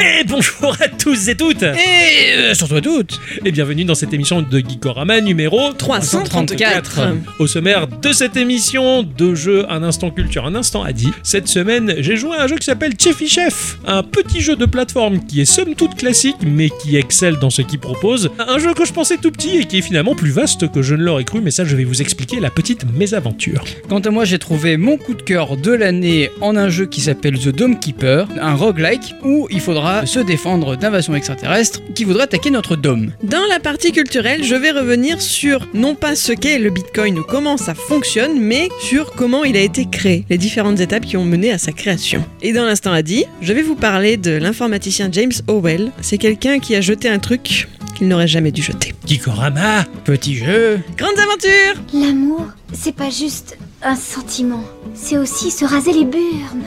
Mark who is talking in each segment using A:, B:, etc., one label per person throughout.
A: Et bonjour à tous et toutes
B: Et euh, surtout à toutes
A: Et bienvenue dans cette émission de Geekorama numéro
B: 334.
A: Au sommaire de cette émission, deux jeux, un instant culture, un instant Adi. Cette semaine, j'ai joué à un jeu qui s'appelle Chefy Chef, un petit jeu de plateforme qui est somme toute classique mais qui excelle dans ce qu'il propose. Un jeu que je pensais tout petit et qui est finalement plus vaste que je ne l'aurais cru, mais ça je vais vous expliquer la petite mésaventure.
B: Quant à moi, j'ai trouvé mon coup de cœur de l'année en un jeu qui s'appelle The Dome Keeper, un roguelike où il faudra se défendre d'invasions extraterrestres qui voudraient attaquer notre dôme.
C: Dans la partie culturelle, je vais revenir sur non pas ce qu'est le Bitcoin ou comment ça fonctionne, mais sur comment il a été créé, les différentes étapes qui ont mené à sa création. Et dans l'instant à dit, je vais vous parler de l'informaticien James Howell. C'est quelqu'un qui a jeté un truc qu'il n'aurait jamais dû jeter.
A: Geekorama
B: Petit jeu
C: Grandes aventures
D: L'amour, c'est pas juste un sentiment, c'est aussi se raser les burnes.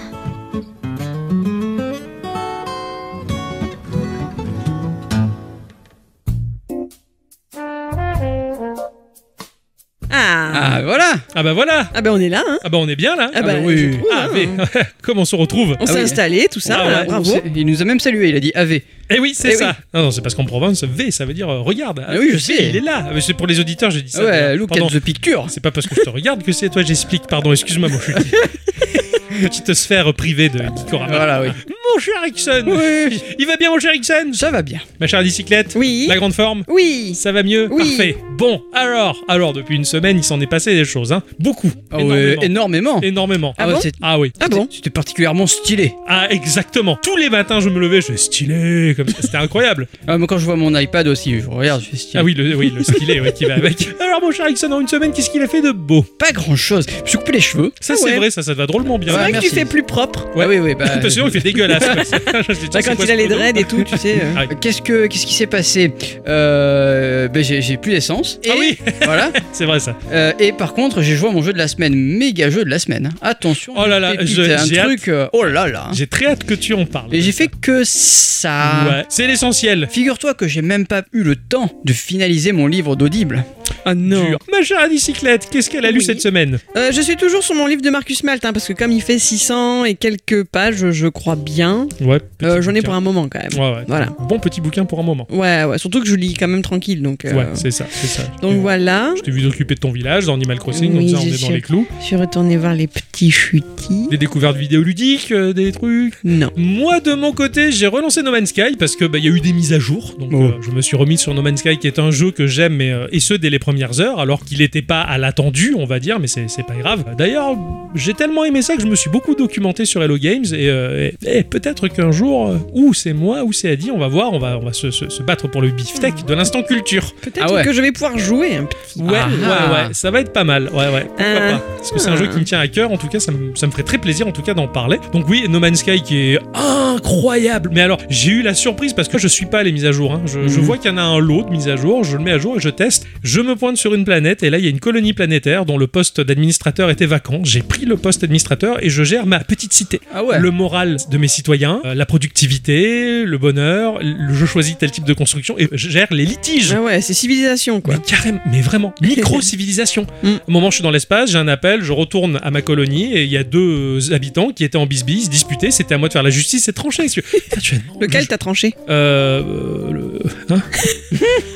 C: Ah
B: Ah voilà
A: Ah bah voilà
C: Ah ben on est là, hein
A: Ah bah on est bien là
C: Ah,
B: bah
C: bah,
B: oui.
C: je trouve,
A: Ah
C: hein.
A: mais comment on se retrouve
C: On s'est
B: Ah oui.
C: installé, tout ça,
A: Ah
C: voilà,
A: ouais,
C: bravo.
B: C'est- Il nous a même salué, il a dit AV.
A: Eh oui, c'est
B: Eh
A: ça. Non, non, c'est parce qu'en province, V, ça veut dire euh, regarde.
B: Ah oui, je
A: V,
B: sais.
A: Il est là. Mais c'est pour les auditeurs, j'ai dit ça.
B: ouais,
A: d'ailleurs.
B: look
A: Pardon.
B: at the picture
A: C'est pas parce que je te regarde que c'est toi, j'explique. Pardon, excuse-moi, mon chou. Petite sphère privée de Gikorama.
B: Voilà, oui.
A: Mon cher Ericsson
B: Oui,
A: Il va bien, mon cher Ericsson
B: ça va bien.
A: Ma chère bicyclette
C: Oui,
A: La grande forme
C: oui,
A: ça va mieux
C: Oui.
A: Parfait. Bon, alors, alors depuis une semaine, il s'en est passé des choses, hein. Beaucoup.
B: Ah ouais,
A: énormément.
B: énormément.
A: énormément.
C: Ah
B: ouais,
C: bon
B: c'est-
A: Ah oui.
C: ah bon
B: C'était particulièrement stylé.
A: Ah exactement. Tous les matins, je me levais, je stylé, comme ça, c'était incroyable.
B: Ah, moi, quand je vois mon iPad aussi, je regarde, je fais stylé.
A: Ah oui, le, oui, le stylet ouais, qui va avec. Alors mon cher Ixon, en une semaine, qu'est-ce qu'il a fait de beau
B: Pas grand chose. Je me suis coupé les cheveux.
A: Ça
C: Ah
A: c'est
C: ouais.
A: vrai, ça, ça te va drôlement bien.
C: C'est vrai que
B: merci.
C: tu fais plus propre,
A: Ouais.
B: Ah oui, oui, bah.
A: Parce que sinon il fait dégueulasse. quoi. Je dis,
C: Bah,
A: c'est
C: quand
A: quoi
C: il a
A: ce
C: les
A: photo
C: dreads et tout, tu sais. euh.
A: Ah,
B: Qu'est-ce que qu'est-ce qui s'est passé euh, ben j'ai, j'ai plus d'essence. Et
A: Ah oui,
B: Voilà.
A: c'est vrai ça.
B: Euh, et par contre, j'ai joué à mon jeu de la semaine, méga jeu de la semaine. hein. Attention.
A: Oh là là,
B: pépite,
A: je-
B: un
A: j'ai hâte.
B: truc. euh, oh là là.
A: J'ai très hâte que tu en parles.
B: Et j'ai fait que ça.
A: Ouais. C'est l'essentiel.
B: Figure-toi que j'ai même pas eu le temps de finaliser mon livre d'audible.
C: Ah non.
A: Dur. Ma chère bicyclette, qu'est-ce qu'elle a lu
C: Oui.
A: cette semaine
C: Euh, je suis toujours sur mon livre de Marcus Malt, hein, parce que comme il fait 600 et quelques pages, je crois bien.
A: Ouais.
C: euh, J'en ai pour un moment quand même.
A: Ouais, ouais.
C: Voilà.
A: Bon petit bouquin pour un moment.
C: Ouais, ouais, surtout que je lis quand même tranquille, donc. euh,
A: Ouais, c'est ça, c'est ça.
C: donc
A: Je-
C: voilà,
A: Je t'ai vu t'occuper de ton village dans Animal Crossing,
C: Oui,
A: donc ça on
C: je
A: est dans
C: suis-
A: les clous.
C: je suis retournée voir les petits chutis.
A: Des découvertes vidéoludiques, euh, des trucs.
C: Non.
A: Moi, de mon côté, j'ai relancé No Man's Sky parce que bah, il y a eu des mises à jour. Donc,
B: Oh.
A: euh, je me suis remis sur No Man's Sky, qui est un jeu que j'aime, mais, euh, et ce dès les premières heures, alors qu'il n'était pas à l'attendu, on va dire, mais c'est c'est pas grave. D'ailleurs, j'ai tellement aimé ça que je me suis beaucoup documenté sur Hello Games et, euh, et- et peut-être qu'un jour, euh, ou c'est moi, ou c'est Adi, on va voir, on va, on va se, se- se battre pour le beefsteak de l'instant culture.
C: Peut-être
B: Ah ouais.
C: que je vais pouvoir jouer un petit.
A: Ouais,
B: Ah. Euh.
A: ouais, ouais, ça va être pas mal. Ouais, ouais. Pourquoi
C: Ah.
A: pas Parce que c'est un jeu qui me tient à cœur. En tout cas, ça me, ça me ferait très plaisir, en tout cas, d'en parler. Donc oui, No Man's Sky qui est incroyable. Mais alors, j'ai eu la surprise parce que je suis pas à les mises à jour. hein. Je, je
B: Mhm.
A: vois qu'il y en a un lot de mises à jour. Je le mets à jour et je teste. Je me pointe sur une planète et là, il y a une colonie planétaire dont le poste d'administrateur était vacant. J'ai pris le poste d'administrateur et je gère ma petite cité
B: Ah ouais.
A: le moral de mes citoyens, euh, la productivité, le bonheur. Le, je choisis tel type de construction et je gère les litiges.
C: Ah ouais, c'est civilisation quoi.
A: Mais carrément, mais vraiment, micro-civilisation.
C: Mm.
A: Au moment où je suis dans l'espace, j'ai un appel, je retourne à ma colonie et il y a deux euh, habitants qui étaient en bisbis, ils se disputaient, c'était à moi de faire la justice et trancher. Parce que- Putain, tu as-
C: Lequel t'as tranché
A: Euh, euh, le- hein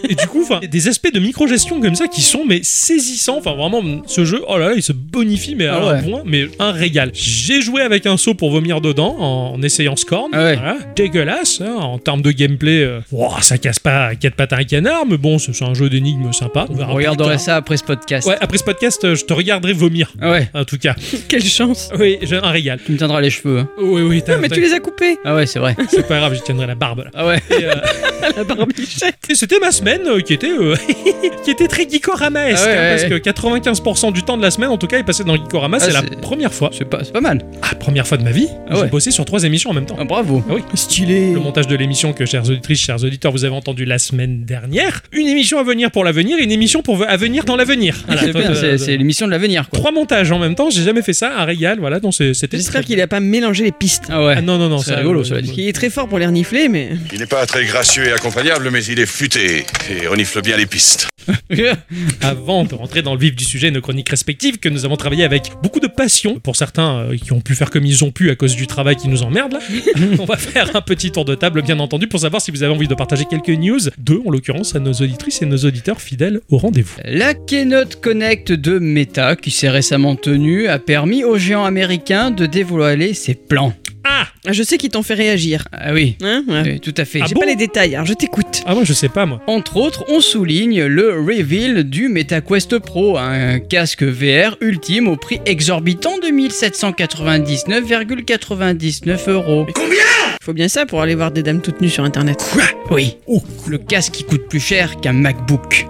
A: et du coup, enfin, il y a des aspects de micro-gestion comme ça qui sont mais saisissants. Enfin, vraiment, ce jeu, oh là là, il se bonifie, mais
B: Ah
A: alors,
B: ouais.
A: point, mais un régal. J'ai joué avec un seau pour vomir dedans en essayant Scorn.
B: Ah ouais.
A: Voilà. Dégueulasse, hein, en termes de gameplay, euh, ouah, ça casse pas à quatre pattes à un canard, mais bon, c'est c'est un jeu d'énigmes sympa.
B: On
A: verra plus
B: regarderait
A: tard.
B: Ah, ça après ce podcast.
A: Ouais, après ce podcast, euh, je te regarderai vomir.
B: Ah ouais.
A: En tout cas,
C: Quelle chance
A: oui, j'ai un régal.
B: Tu me tiendras les cheveux. hein.
A: Oui, oui, t'as-
C: Non, mais tu les as coupés
B: Ah ouais, c'est vrai.
A: c'est pas grave, je tiendrai la barbe. là.
B: Ah ouais.
A: Et, euh,
C: à la barbichette.
A: Et c'était ma semaine euh, qui était euh, qui était très Geekorama-esque
B: Ah ouais,
A: hein,
B: ouais,
A: parce
B: ouais.
A: que 95% du temps de la semaine en tout cas est passé dans Geekorama,
B: Ah,
A: c'est la
B: c'est-
A: première fois.
B: C'est pas, c'est pas mal.
A: Ah, première fois de ma vie,
B: Ah ouais.
A: j'ai bossé sur trois émissions en même temps.
B: Ah, bravo.
A: Ah oui.
B: Stylé.
A: Le montage de l'émission que chères auditrices, chers auditeurs, vous avez entendu la semaine dernière, une émission à venir pour l'avenir et une émission pour à venir dans l'avenir. Voilà,
B: Ah, c'est
A: toi,
B: bien,
A: euh,
B: c'est, c'est l'émission de l'avenir quoi.
A: trois montages en même temps, j'ai jamais fait ça, un régal, voilà, donc c'est- c'était
C: J'espère qu'il a pas mélangé les pistes.
B: Ah ouais.
A: Ah non non non,
B: C'est
A: ça-
B: rigolo, cela dit.
C: Il est très fort pour les renifler, mais.
E: Il n'est pas très gracieux et accompagnable, mais il est futé et renifle bien les pistes.
B: Ah,
A: Avant de rentrer dans le vif du sujet, nos chroniques respectives que nous avons travaillées avec beaucoup de passion, pour certains euh, qui ont pu faire comme ils ont pu à cause du travail qui nous emmerde, là. on va faire un petit tour de table, bien entendu, pour savoir si vous avez envie de partager quelques news, deux en l'occurrence, à nos auditrices et nos auditeurs fidèles au rendez-vous.
B: La Keynote Connect de Meta, qui s'est récemment tenue, a permis aux géants américains de dévoiler ses plans.
A: Ah
C: Je sais qu'ils t'ont fait réagir.
B: Ah oui,
C: Hein ouais.
B: oui, tout à fait.
A: Ah
C: J'ai
A: bon
C: pas les détails, alors je t'écoute.
A: Ah, moi, je sais pas, moi.
B: Entre autres, on souligne le reveal du MetaQuest Pro, un casque VR ultime au prix exorbitant de 1799,99 euros.
C: Faut bien ça pour aller voir des dames toutes nues sur internet.
B: Oui, oh, le casque qui coûte plus cher qu'un MacBook.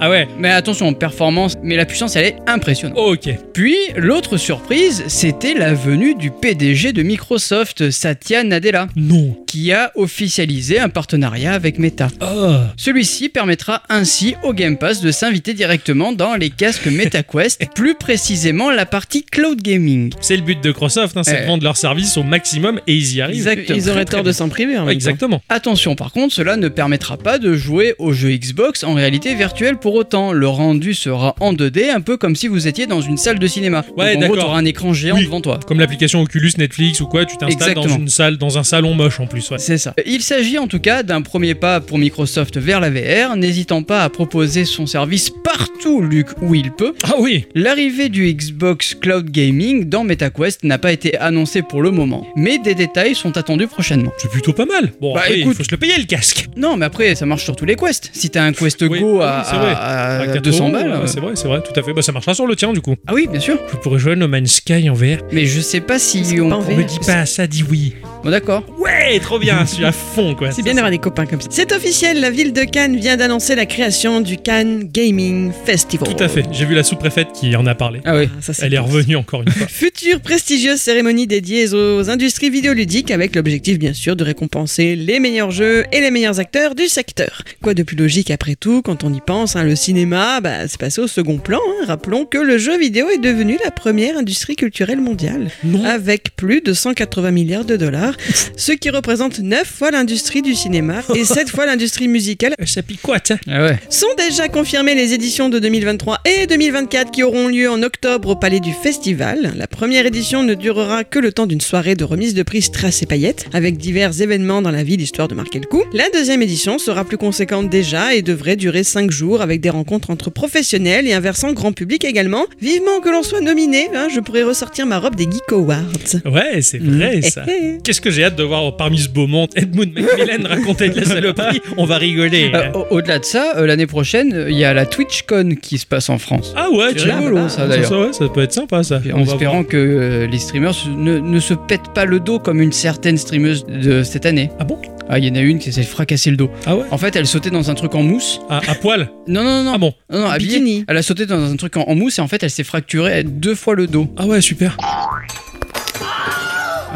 A: Ah ouais
B: Mais attention, performance, mais la puissance elle est impressionnante.
A: Ok.
B: Puis, l'autre surprise, c'était la venue du PDG de Microsoft, Satya Nadella,
A: Non.
B: qui a officialisé un partenariat avec Meta.
A: Ah
B: Celui-ci permettra ainsi au Game Pass de s'inviter directement dans les casques MetaQuest, plus précisément la partie cloud gaming.
A: C'est le but de Microsoft, hein, c'est de
B: Eh.
A: vendre leur service au maximum et ils y arrivent.
B: Exactement.
C: Ils auraient tort de s'en priver en même temps.
A: Exactement.
B: Attention par contre, cela ne permettra pas de jouer aux jeux Xbox en réalité virtuelle pour autant. Le rendu sera en 2D, un peu comme si vous étiez dans une salle de cinéma.
A: Ouais,
B: Donc, en gros,
A: d'accord.
B: t'auras un écran géant
A: Oui.
B: devant toi.
A: Comme l'application Oculus, Netflix ou quoi, tu t'installes dans
B: Exactement.
A: une salle, dans un salon moche en plus. Ouais.
B: C'est ça. Il s'agit en tout cas d'un premier pas pour Microsoft vers la VR, n'hésitant pas à proposer son service partout, Luc, où il peut,
A: Ah oui,
B: L'arrivée du Xbox Cloud Gaming dans MetaQuest n'a pas été annoncée pour le moment, mais des détails sont attendus prochainement.
A: c'est plutôt pas mal. Bon,
B: Bah,
A: après, il
B: écoute.
A: faut se le payer le casque.
B: Non, mais après, ça marche sur tous les quests. Si t'as un Quest
A: Oui,
B: Go
A: oui,
B: à,
A: c'est vrai.
B: à- à
A: À 4
B: 200
A: euros,
B: balles,
A: ouais,
B: euh,
A: c'est vrai, c'est vrai, tout à fait. Bah, ça marchera sur le tien du coup.
B: ah oui, bien sûr.
A: Je pourrais jouer à No Man's Sky en VR.
B: Mais je sais pas si
C: C'est
B: on.
C: pas en
A: On
C: VR.
A: me dit pas ça, dis oui.
B: Bon, d'accord.
A: Ouais, trop bien, je suis à fond quoi.
C: C'est bien d'avoir des copains comme ça. C'est officiel, la ville de Cannes vient d'annoncer la création du Cannes Gaming Festival.
A: Tout à fait, j'ai vu la sous-préfète qui en a parlé.
B: Ah oui.
C: Ah, ça, c'est
A: Elle est
C: bon.
A: revenue encore une fois.
C: Future prestigieuse cérémonie dédiée aux industries vidéoludiques avec l'objectif bien sûr de récompenser les meilleurs jeux et les meilleurs acteurs du secteur. Quoi de plus logique après tout quand on y pense, hein, le cinéma, bah, c'est passé au second plan. hein. Rappelons que le jeu vidéo est devenu la première industrie culturelle mondiale
A: Non.
C: avec plus de 180 milliards de dollars, ce qui représente 9 fois l'industrie du cinéma et 7 fois l'industrie musicale
A: Euh, Ça picote. hein.
B: Ah ouais.
C: sont déjà confirmées les éditions de 2023 et 2024 qui auront lieu en octobre au Palais du Festival. La première édition ne durera que le temps d'une soirée de remise de prix strass et paillettes, avec divers événements dans la ville histoire de marquer le coup. La deuxième édition sera plus conséquente déjà et devrait durer 5 jours avec des rencontres entre professionnels et un versant grand public également. Vivement que l'on soit nominé, hein, je pourrais ressortir ma robe des Geek Awards.
A: Ouais, c'est
C: Mm.
A: vrai ça. Qu'est-ce que j'ai hâte de voir parmi ce beau monde Edmund Macmillan raconter de la saloperie On va rigoler.
B: Euh, au- Au-delà de ça, euh, l'année prochaine, euh, il y a la TwitchCon qui se passe en France.
A: Ah ouais,
B: C'est
A: tiens.
B: rigolo, ça d'ailleurs.
A: Ça, ouais, ça peut être sympa ça.
B: Et
A: On
B: En
A: va voir.
B: espérant que euh, les streamers se- ne, ne se pètent pas le dos comme une certaine streameuse de cette année.
A: Ah bon
B: Ah, il y en a une qui s'est fracassée le dos.
A: Ah ouais
B: En fait, elle sautait dans un truc en mousse.
A: à, à poil
B: Non, non, non, non.
A: Ah bon
B: Non, non, habillée.
C: Bikini.
B: Elle a sauté dans un truc en, en mousse et en fait elle s'est fracturée deux fois le dos.
A: Ah ouais, super.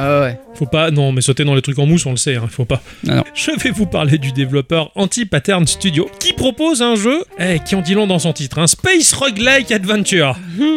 B: Ah ouais.
A: Faut pas, non, mais sauter dans les trucs en mousse, on le sait, hein, faut pas.
B: Non, non.
A: Je vais vous parler du développeur Anti-Pattern Studio qui propose un jeu eh, qui en dit long dans son titre hein, Space Roguelike Adventure.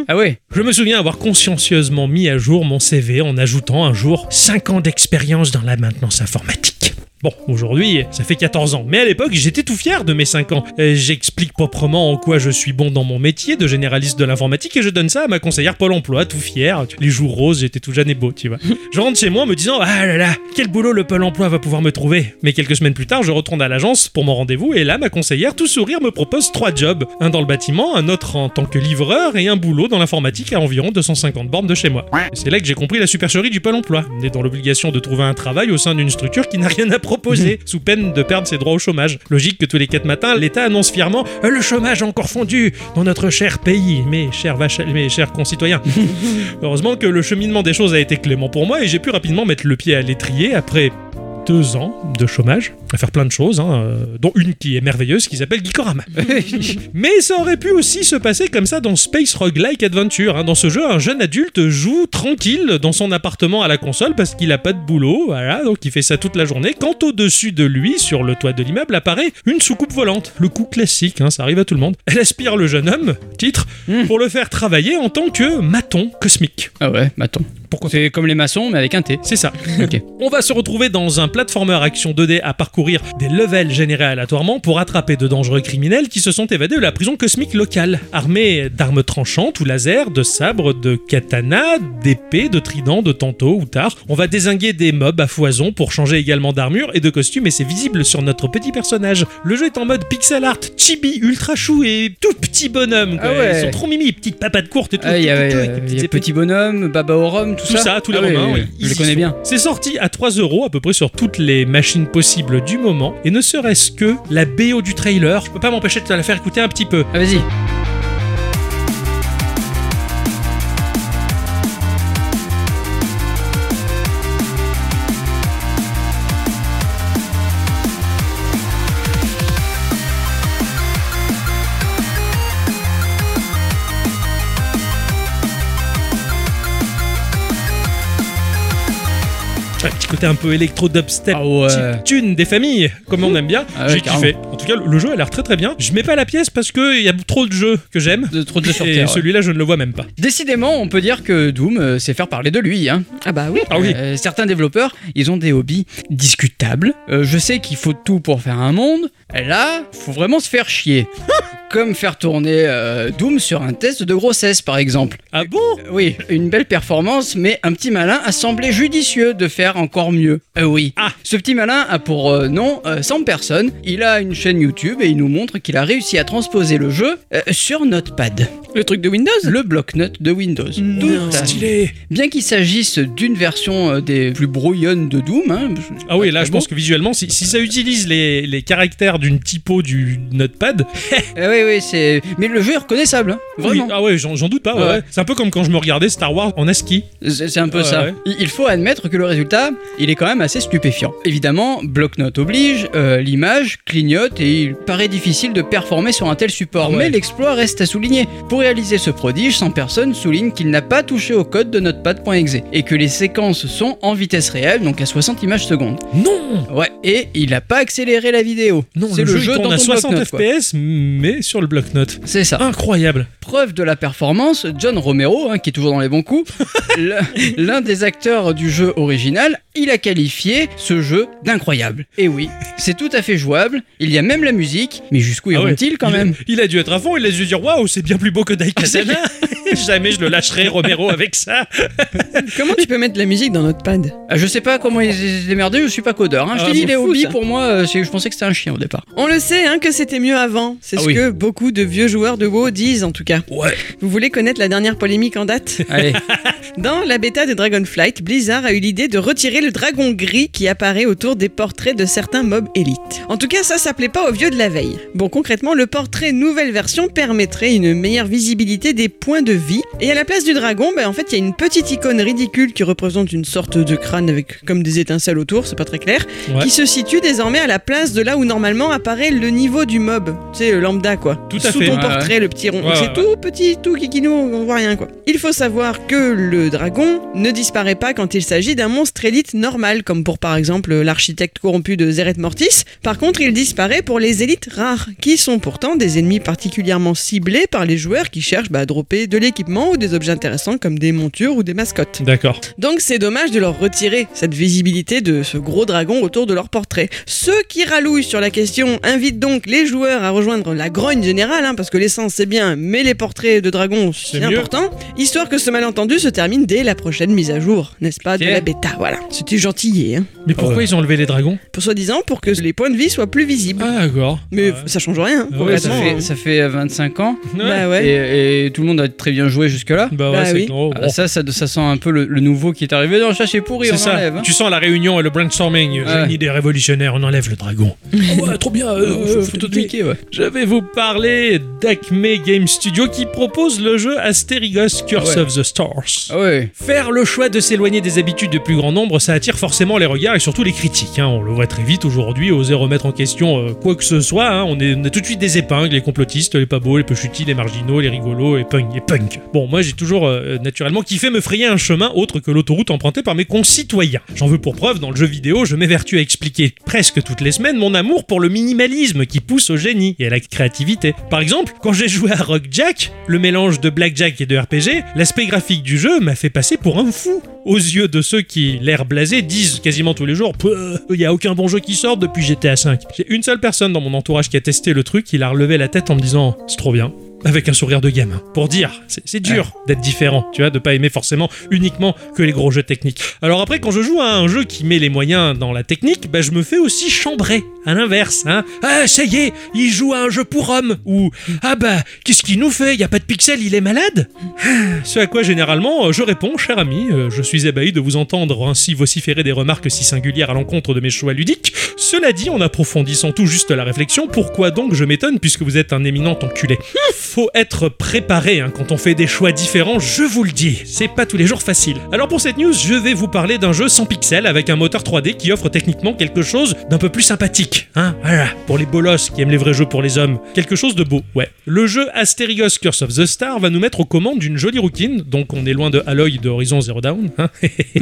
B: Ah ouais.
A: Je me souviens avoir consciencieusement mis à jour mon CV en ajoutant un jour 5 ans d'expérience dans la maintenance informatique. Bon, aujourd'hui, ça fait 14 ans, mais à l'époque, j'étais tout fier de mes 5 ans. Euh, J'explique proprement en quoi je suis bon dans mon métier de généraliste de l'informatique et je donne ça à ma conseillère Pôle emploi, tout fier. Les jours roses, j'étais tout jeune et beau, tu vois. Je rentre chez moi en me disant Ah là là, quel boulot le Pôle emploi va pouvoir me trouver. Mais quelques semaines plus tard, je retourne à l'agence pour mon rendez-vous et là, ma conseillère, tout sourire, me propose trois jobs un dans le bâtiment, un autre en tant que livreur et un boulot dans l'informatique à environ 250 bornes de chez moi. Et C'est là que j'ai compris la supercherie du Pôle emploi. On est dans l'obligation de trouver un travail au sein d'une structure qui n'a rien à proposer, sous peine de perdre ses droits au chômage. Logique que tous les 4 matins, l'État annonce fièrement Euh, Le chômage a encore fondu dans notre cher pays, mes chers, vaches, mes chers concitoyens. Heureusement que le cheminement des choses a été clément pour moi et j'ai pu rapidement mettre le pied à l'étrier après deux ans de chômage, à faire plein de choses, hein, euh, dont une qui est merveilleuse, qui s'appelle Geekorama. Mais ça aurait pu aussi se passer comme ça dans Space Roguelike Adventure. hein. Dans ce jeu, un jeune adulte joue tranquille dans son appartement à la console parce qu'il a pas de boulot, voilà, donc il fait ça toute la journée. Quand au-dessus de lui, sur le toit de l'immeuble, apparaît une soucoupe volante. Le coup classique, hein, ça arrive à tout le monde. Elle aspire le jeune homme, titre,
B: Mm.
A: pour le faire travailler en tant que maton cosmique.
B: Ah ouais, attends.
A: Pourquoi
B: C'est comme les maçons mais avec un T.
A: C'est ça.
B: Ok.
A: On va se retrouver dans un platformer action 2D à parcourir des levels générés aléatoirement pour attraper de dangereux criminels qui se sont évadés de la prison cosmique locale, armés d'armes tranchantes ou lasers, de sabres, de katanas, d'épées, de tridents, de tantôt ou tard. On va désinguer des mobs à foison pour changer également d'armure et de costume et c'est visible sur notre petit personnage. Le jeu est en mode pixel art, chibi, ultra chou et tout petit bonhomme. quoi.
B: Ah ouais.
A: Ils sont trop mimi, petites papates courtes et tout.
B: Ah, Il y
A: tout,
B: avait
A: tout, tout,
B: euh,
A: avec des
B: il y
A: petites
B: a
A: épées.
B: Petit Bonhomme, Baba au Rhum, tout
A: Tout
B: ça.
A: ça, tous les
B: Ah oui,
A: Romains,
B: oui,
A: oui.
B: Je
A: Ils
B: les
A: y
B: connais
A: sont.
B: bien.
A: C'est sorti à 3 euros à peu près sur toutes les machines possibles du moment, et ne serait-ce que la BO du trailer. Je peux pas m'empêcher de te la faire écouter un petit peu.
B: Ah, vas-y.
A: Un petit côté un peu électro dubstep.
B: Ah ouais.
A: type Tune des familles, comme on aime bien.
B: Ah ouais,
A: J'ai
B: carrément.
A: kiffé. En tout cas, le- le jeu a l'air très très bien. Je mets pas la pièce parce que il y a trop de jeux que j'aime.
B: De trop de jeux sur
A: Et
B: Terre, ouais.
A: celui-là, je ne le vois même pas.
B: Décidément, on peut dire que Doom euh, sait faire parler de lui. Hein.
C: Ah bah oui.
A: Ah oui.
B: Euh, certains développeurs, ils ont des hobbies discutables. Euh, je sais qu'il faut tout pour faire un monde. Là, faut vraiment se faire chier. Comme faire tourner euh, Doom sur un test de grossesse, par exemple.
A: Ah bon
B: Euh, Oui, une belle performance, mais un petit malin a semblé judicieux de faire encore mieux. Euh, oui.
A: Ah.
B: Ce petit malin a pour euh, nom euh, 100 personnes. Il a une chaîne YouTube et il nous montre qu'il a réussi à transposer le jeu euh, sur Notepad,
C: Le truc de Windows
B: le bloc-notes de Windows.
C: Non.
B: Tout à
A: Stylé.
B: Bien qu'il s'agisse d'une version euh, des plus brouillonnes de Doom, hein,
A: Ah oui,
B: pas
A: là,
B: très
A: je
B: beau.
A: pense que visuellement, si, si ça utilise les, les caractères d'une typo du notepad,
B: Eh oui, oui, c'est. Mais le jeu est reconnaissable, hein, vraiment.
A: oui, ah ouais, j'en j'en doute pas. ouais,
B: Ouais.
A: ouais. C'est un peu comme quand je me regardais Star Wars en ASCII.
B: C'est c'est un peu
A: Ouais,
B: ça.
A: Ah ouais.
B: Il il faut admettre que le résultat, il est quand même assez stupéfiant. Évidemment, bloc-notes oblige, euh, l'image clignote et il paraît difficile de performer sur un tel support.
A: Ah Ouais.
B: Mais l'exploit reste à souligner. Pour réaliser ce prodige, 100 personnes soulignent qu'il n'a pas touché au code de notepad.exe et que les séquences sont en vitesse réelle, donc à 60 images secondes.
A: Non
B: Ouais, et il n'a pas accéléré la vidéo.
A: Non,
B: C'est
A: le, jeu, tourne
B: dans
A: à
B: ton
A: 60
B: bloc-notes, quoi.
A: FPS, mais sur le bloc-notes.
B: C'est ça.
A: Incroyable.
B: Preuve de la performance, John Romero, hein, qui est toujours dans les bons coups, l- l'un des acteurs du jeu original, il a qualifié ce jeu d'incroyable. Et oui, c'est tout à fait jouable, il y a même la musique, mais jusqu'où
A: Ah ouais.
B: iront-ils quand
A: Il-
B: même
A: Il a dû être à fond, il a dû dire waouh, c'est bien plus beau que Daikatana. Jamais je le lâcherai, Romero, avec ça.
C: Comment tu peux mettre de la musique dans notre pad
B: Ah, Je sais pas comment ils se démerdaient, je suis pas codeur. hein. Je
A: Ah,
B: t'ai dit,
C: c'est
B: les
C: fou,
B: hobbies
C: ça.
B: pour moi, euh, c'est- je pensais que c'était un chien au départ.
C: On le sait hein, que c'était mieux avant. C'est
B: Ah
C: ce
B: oui.
C: que beaucoup de vieux joueurs de WoW disent en tout cas.
A: Ouais.
C: Vous voulez connaître la dernière polémique en date
A: Ah
B: Allez,
C: Dans la bêta de Dragonflight, Blizzard a eu l'idée de retirer le dragon gris qui apparaît autour des portraits de certains mobs élites. En tout cas, ça s'appelait pas au vieux de la veille. Bon, concrètement, le portrait nouvelle version permettrait une meilleure visibilité des points de vie. Et à la place du dragon, ben, en fait, il y a une petite icône ridicule qui représente une sorte de crâne avec comme des étincelles autour, c'est pas très clair,
A: Ouais.
C: qui se situe désormais à la place de là où normalement apparaît le niveau du mob. Tu sais, le lambda quoi.
A: Tout à
C: Sous
A: fait.
C: ton
B: Ouais,
C: portrait, le petit rond.
A: Ouais,
C: c'est
A: ouais, ouais.
C: tout tout petit, tout kikinou, on voit rien quoi. Il faut savoir que le dragon ne disparaît pas quand il s'agit d'un monstre élite normal, comme pour par exemple l'architecte corrompu de Zeret Mortis. Par contre, il disparaît pour les élites rares, qui sont pourtant des ennemis particulièrement ciblés par les joueurs qui cherchent bah, à dropper de l'équipement ou des objets intéressants comme des montures ou des mascottes.
A: D'accord.
C: Donc c'est dommage de leur retirer cette visibilité de ce gros dragon autour de leur portrait. Ceux qui rallouent sur la question invitent donc les joueurs à rejoindre la grogne générale, hein, parce que l'essence c'est bien, mais les portraits de dragons
A: C'est
C: c'est
A: mieux.
C: important, histoire que ce malentendu se termine dès la prochaine mise à jour, n'est-ce pas, de
B: Ok.
C: la bêta, voilà. C'était gentil, hein.
A: Mais pourquoi
B: Ouais.
A: ils ont enlevé les dragons
C: Pour soi-disant, pour que les points de vie soient plus visibles.
A: Ah, d'accord.
C: Mais
A: Ouais.
C: ça change rien, hein,
A: Ouais,
B: Ouais, ça,
C: complètement,
B: fait,
C: hein.
B: ça fait 25 ans
C: Bah ouais.
B: et, et tout le monde a très bien joué jusque-là.
A: Ah Bah ouais,
C: Bah
A: c'est
C: oui.
A: oh, bon.
B: Ah, ça, ça, ça sent un peu le, le nouveau qui est arrivé. Non, ça c'est pourri, on
A: C'est ça.
B: enlève. hein.
A: Tu sens la réunion et le brainstorming. J'ai
B: Ouais.
A: une idée révolutionnaire, on enlève le dragon. Oh ouais, trop bien. euh,
B: Euh,
A: photo de
B: photo de
A: Mickey.
B: Mickey, ouais.
A: Je vais vous parler d'Acme Game Studio qui propose le jeu Asterigos Curse
B: Ah ouais.
A: of the Stars.
B: Ah ouais.
A: Faire le choix de s'éloigner des habitudes de plus grand nombre, ça attire forcément les regards et surtout les critiques. hein. On le voit très vite aujourd'hui, oser remettre en question euh, quoi que ce soit, hein, on, est, on a tout de suite des épingles, les complotistes, les pas beaux, les peu chutis, les marginaux, les rigolos, et pung, et pung, cyberpunk. Bon, moi j'ai toujours euh, naturellement kiffé me frayer un chemin autre que l'autoroute empruntée par mes concitoyens. J'en veux pour preuve, dans le jeu vidéo, je m'évertue à expliquer presque toutes les semaines mon amour pour le minimalisme qui pousse au génie et à la créativité. Par exemple, quand j'ai joué à Rock Jack, le mélange de blackjack et de RPG, l'aspect graphique du jeu m'a fait passer pour un fou. Aux yeux de ceux qui, l'air blasé, disent quasiment tous les jours il y a aucun bon jeu qui sort depuis GTA V. J'ai une seule personne dans mon entourage qui a testé le truc, il a relevé la tête en me disant C'est trop bien avec un sourire de gamin. Pour dire, c'est c'est dur d'être différent, tu vois, de pas aimer forcément uniquement que les gros jeux techniques. Alors après, quand je joue à un jeu qui met les moyens dans la technique, bah, je me fais aussi chambrer, à l'inverse, hein. Ah, ça y est, il joue à un jeu pour hommes, ou Ah bah, qu'est-ce qu'il nous fait Y a pas de pixels, il est malade Ce à quoi généralement euh, je réponds, cher ami, euh, je suis ébahi de vous entendre ainsi vociférer des remarques si singulières à l'encontre de mes choix ludiques. Cela dit, en approfondissant tout juste la réflexion, pourquoi donc je m'étonne puisque vous êtes un éminent enculé faut être préparé hein, quand on fait des choix différents, je vous le dis. C'est pas tous les jours facile. Alors pour cette news, je vais vous parler d'un jeu sans pixels avec un moteur 3D qui offre techniquement quelque chose d'un peu plus sympathique. Hein voilà, pour les bolosses qui aiment les vrais jeux pour les hommes. Quelque chose de beau, ouais. Le jeu Asterios Curse of the Star va nous mettre aux commandes d'une jolie rouquine, donc on est loin de Aloy de Horizon Zero Dawn. hein.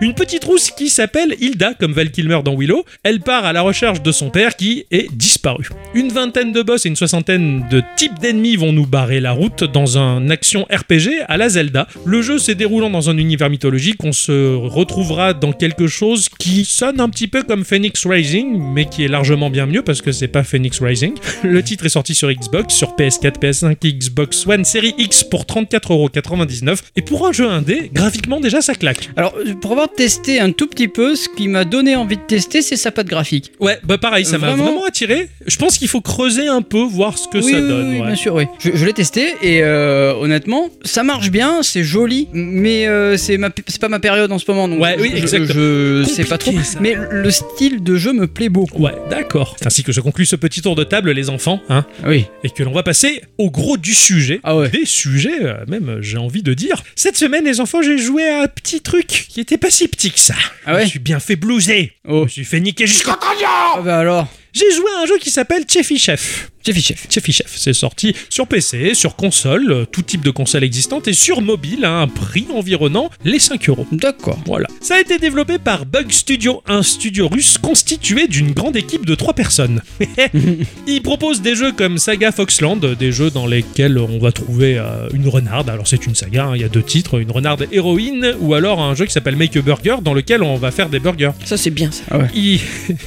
A: Une petite rousse qui s'appelle Hilda, comme Val Kilmer dans Willow. Elle part à la recherche de son père qui est disparu. Une vingtaine de boss et une soixantaine de types d'ennemis vont nous barrer la route dans un action RPG à la Zelda. Le jeu se déroulant dans un univers mythologique, on se retrouvera dans quelque chose qui sonne un petit peu comme Phoenix Rising, mais qui est largement bien mieux parce que c'est pas Phoenix Rising. Le titre est sorti sur Xbox, sur PS4, PS5, Xbox One, série X pour 34,99€. Et pour un jeu indé, graphiquement déjà ça claque.
B: Alors, pour avoir testé un tout petit peu, ce qui m'a donné envie de tester, c'est sa patte graphique.
A: Ouais, bah pareil, ça m'a
B: Vraiment
A: vraiment attiré. Je pense qu'il faut creuser un peu, voir ce que
B: oui,
A: ça
B: oui,
A: donne.
B: oui,
A: ouais.
B: bien sûr, oui. Je, je l'ai testé et euh, honnêtement, ça marche bien, c'est joli, mais euh, c'est ma- c'est pas ma période en ce moment, donc
A: Ouais,
B: je-
A: oui,
B: je,
A: exactement.
B: je sais pas trop.
A: Compliqué, ça.
B: Mais le style de jeu me plaît beaucoup.
A: Ouais, d'accord. C'est ainsi que je conclue ce petit tour de table, les enfants, hein,
B: Oui.
A: et que l'on va passer au gros du sujet.
B: Ah ouais.
A: Des sujets, euh, même, euh, j'ai envie de dire. Cette semaine, les enfants, j'ai joué à un petit truc qui était pas si petit que ça.
B: Ah
A: Je
B: ouais
A: me suis bien fait blouser. Je
B: Oh.
A: me suis fait niquer jusqu'en...
B: Ah bah alors,
A: J'ai joué à un jeu qui s'appelle Chefy Chef.
B: Jeffy Chef.
A: Chefy Chef, c'est sorti sur PC, sur console, euh, tout type de console existante, et sur mobile à un prix environnant les 5 euros.
B: D'accord.
A: Voilà. Ça a été développé par Bug Studio, un studio russe constitué d'une grande équipe de 3 personnes. Il propose des jeux comme Saga Foxland, des jeux dans lesquels on va trouver euh, une renarde. Alors c'est une saga, hein, il y a deux titres, une renarde héroïne ou alors un jeu qui s'appelle Make a Burger dans lequel on va faire des burgers.
C: Ça, c'est bien ça.
A: Il-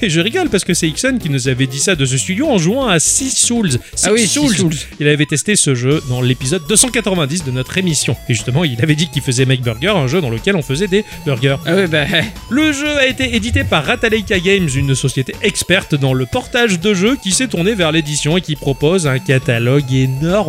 A: Je rigole parce que c'est Ixon qui nous avait dit ça de ce studio en jouant à Six Souls. Six
B: Ah oui,
A: Souls.
B: Six Souls.
A: Il avait testé ce jeu dans l'épisode 290 de notre émission. Et justement, il avait dit qu'il faisait Make Burger, un jeu dans lequel on faisait des burgers.
B: Ah ouais, bah.
A: Le jeu a été édité par Rataleika Games, une société experte dans le portage de jeux qui s'est tournée vers l'édition et qui propose un catalogue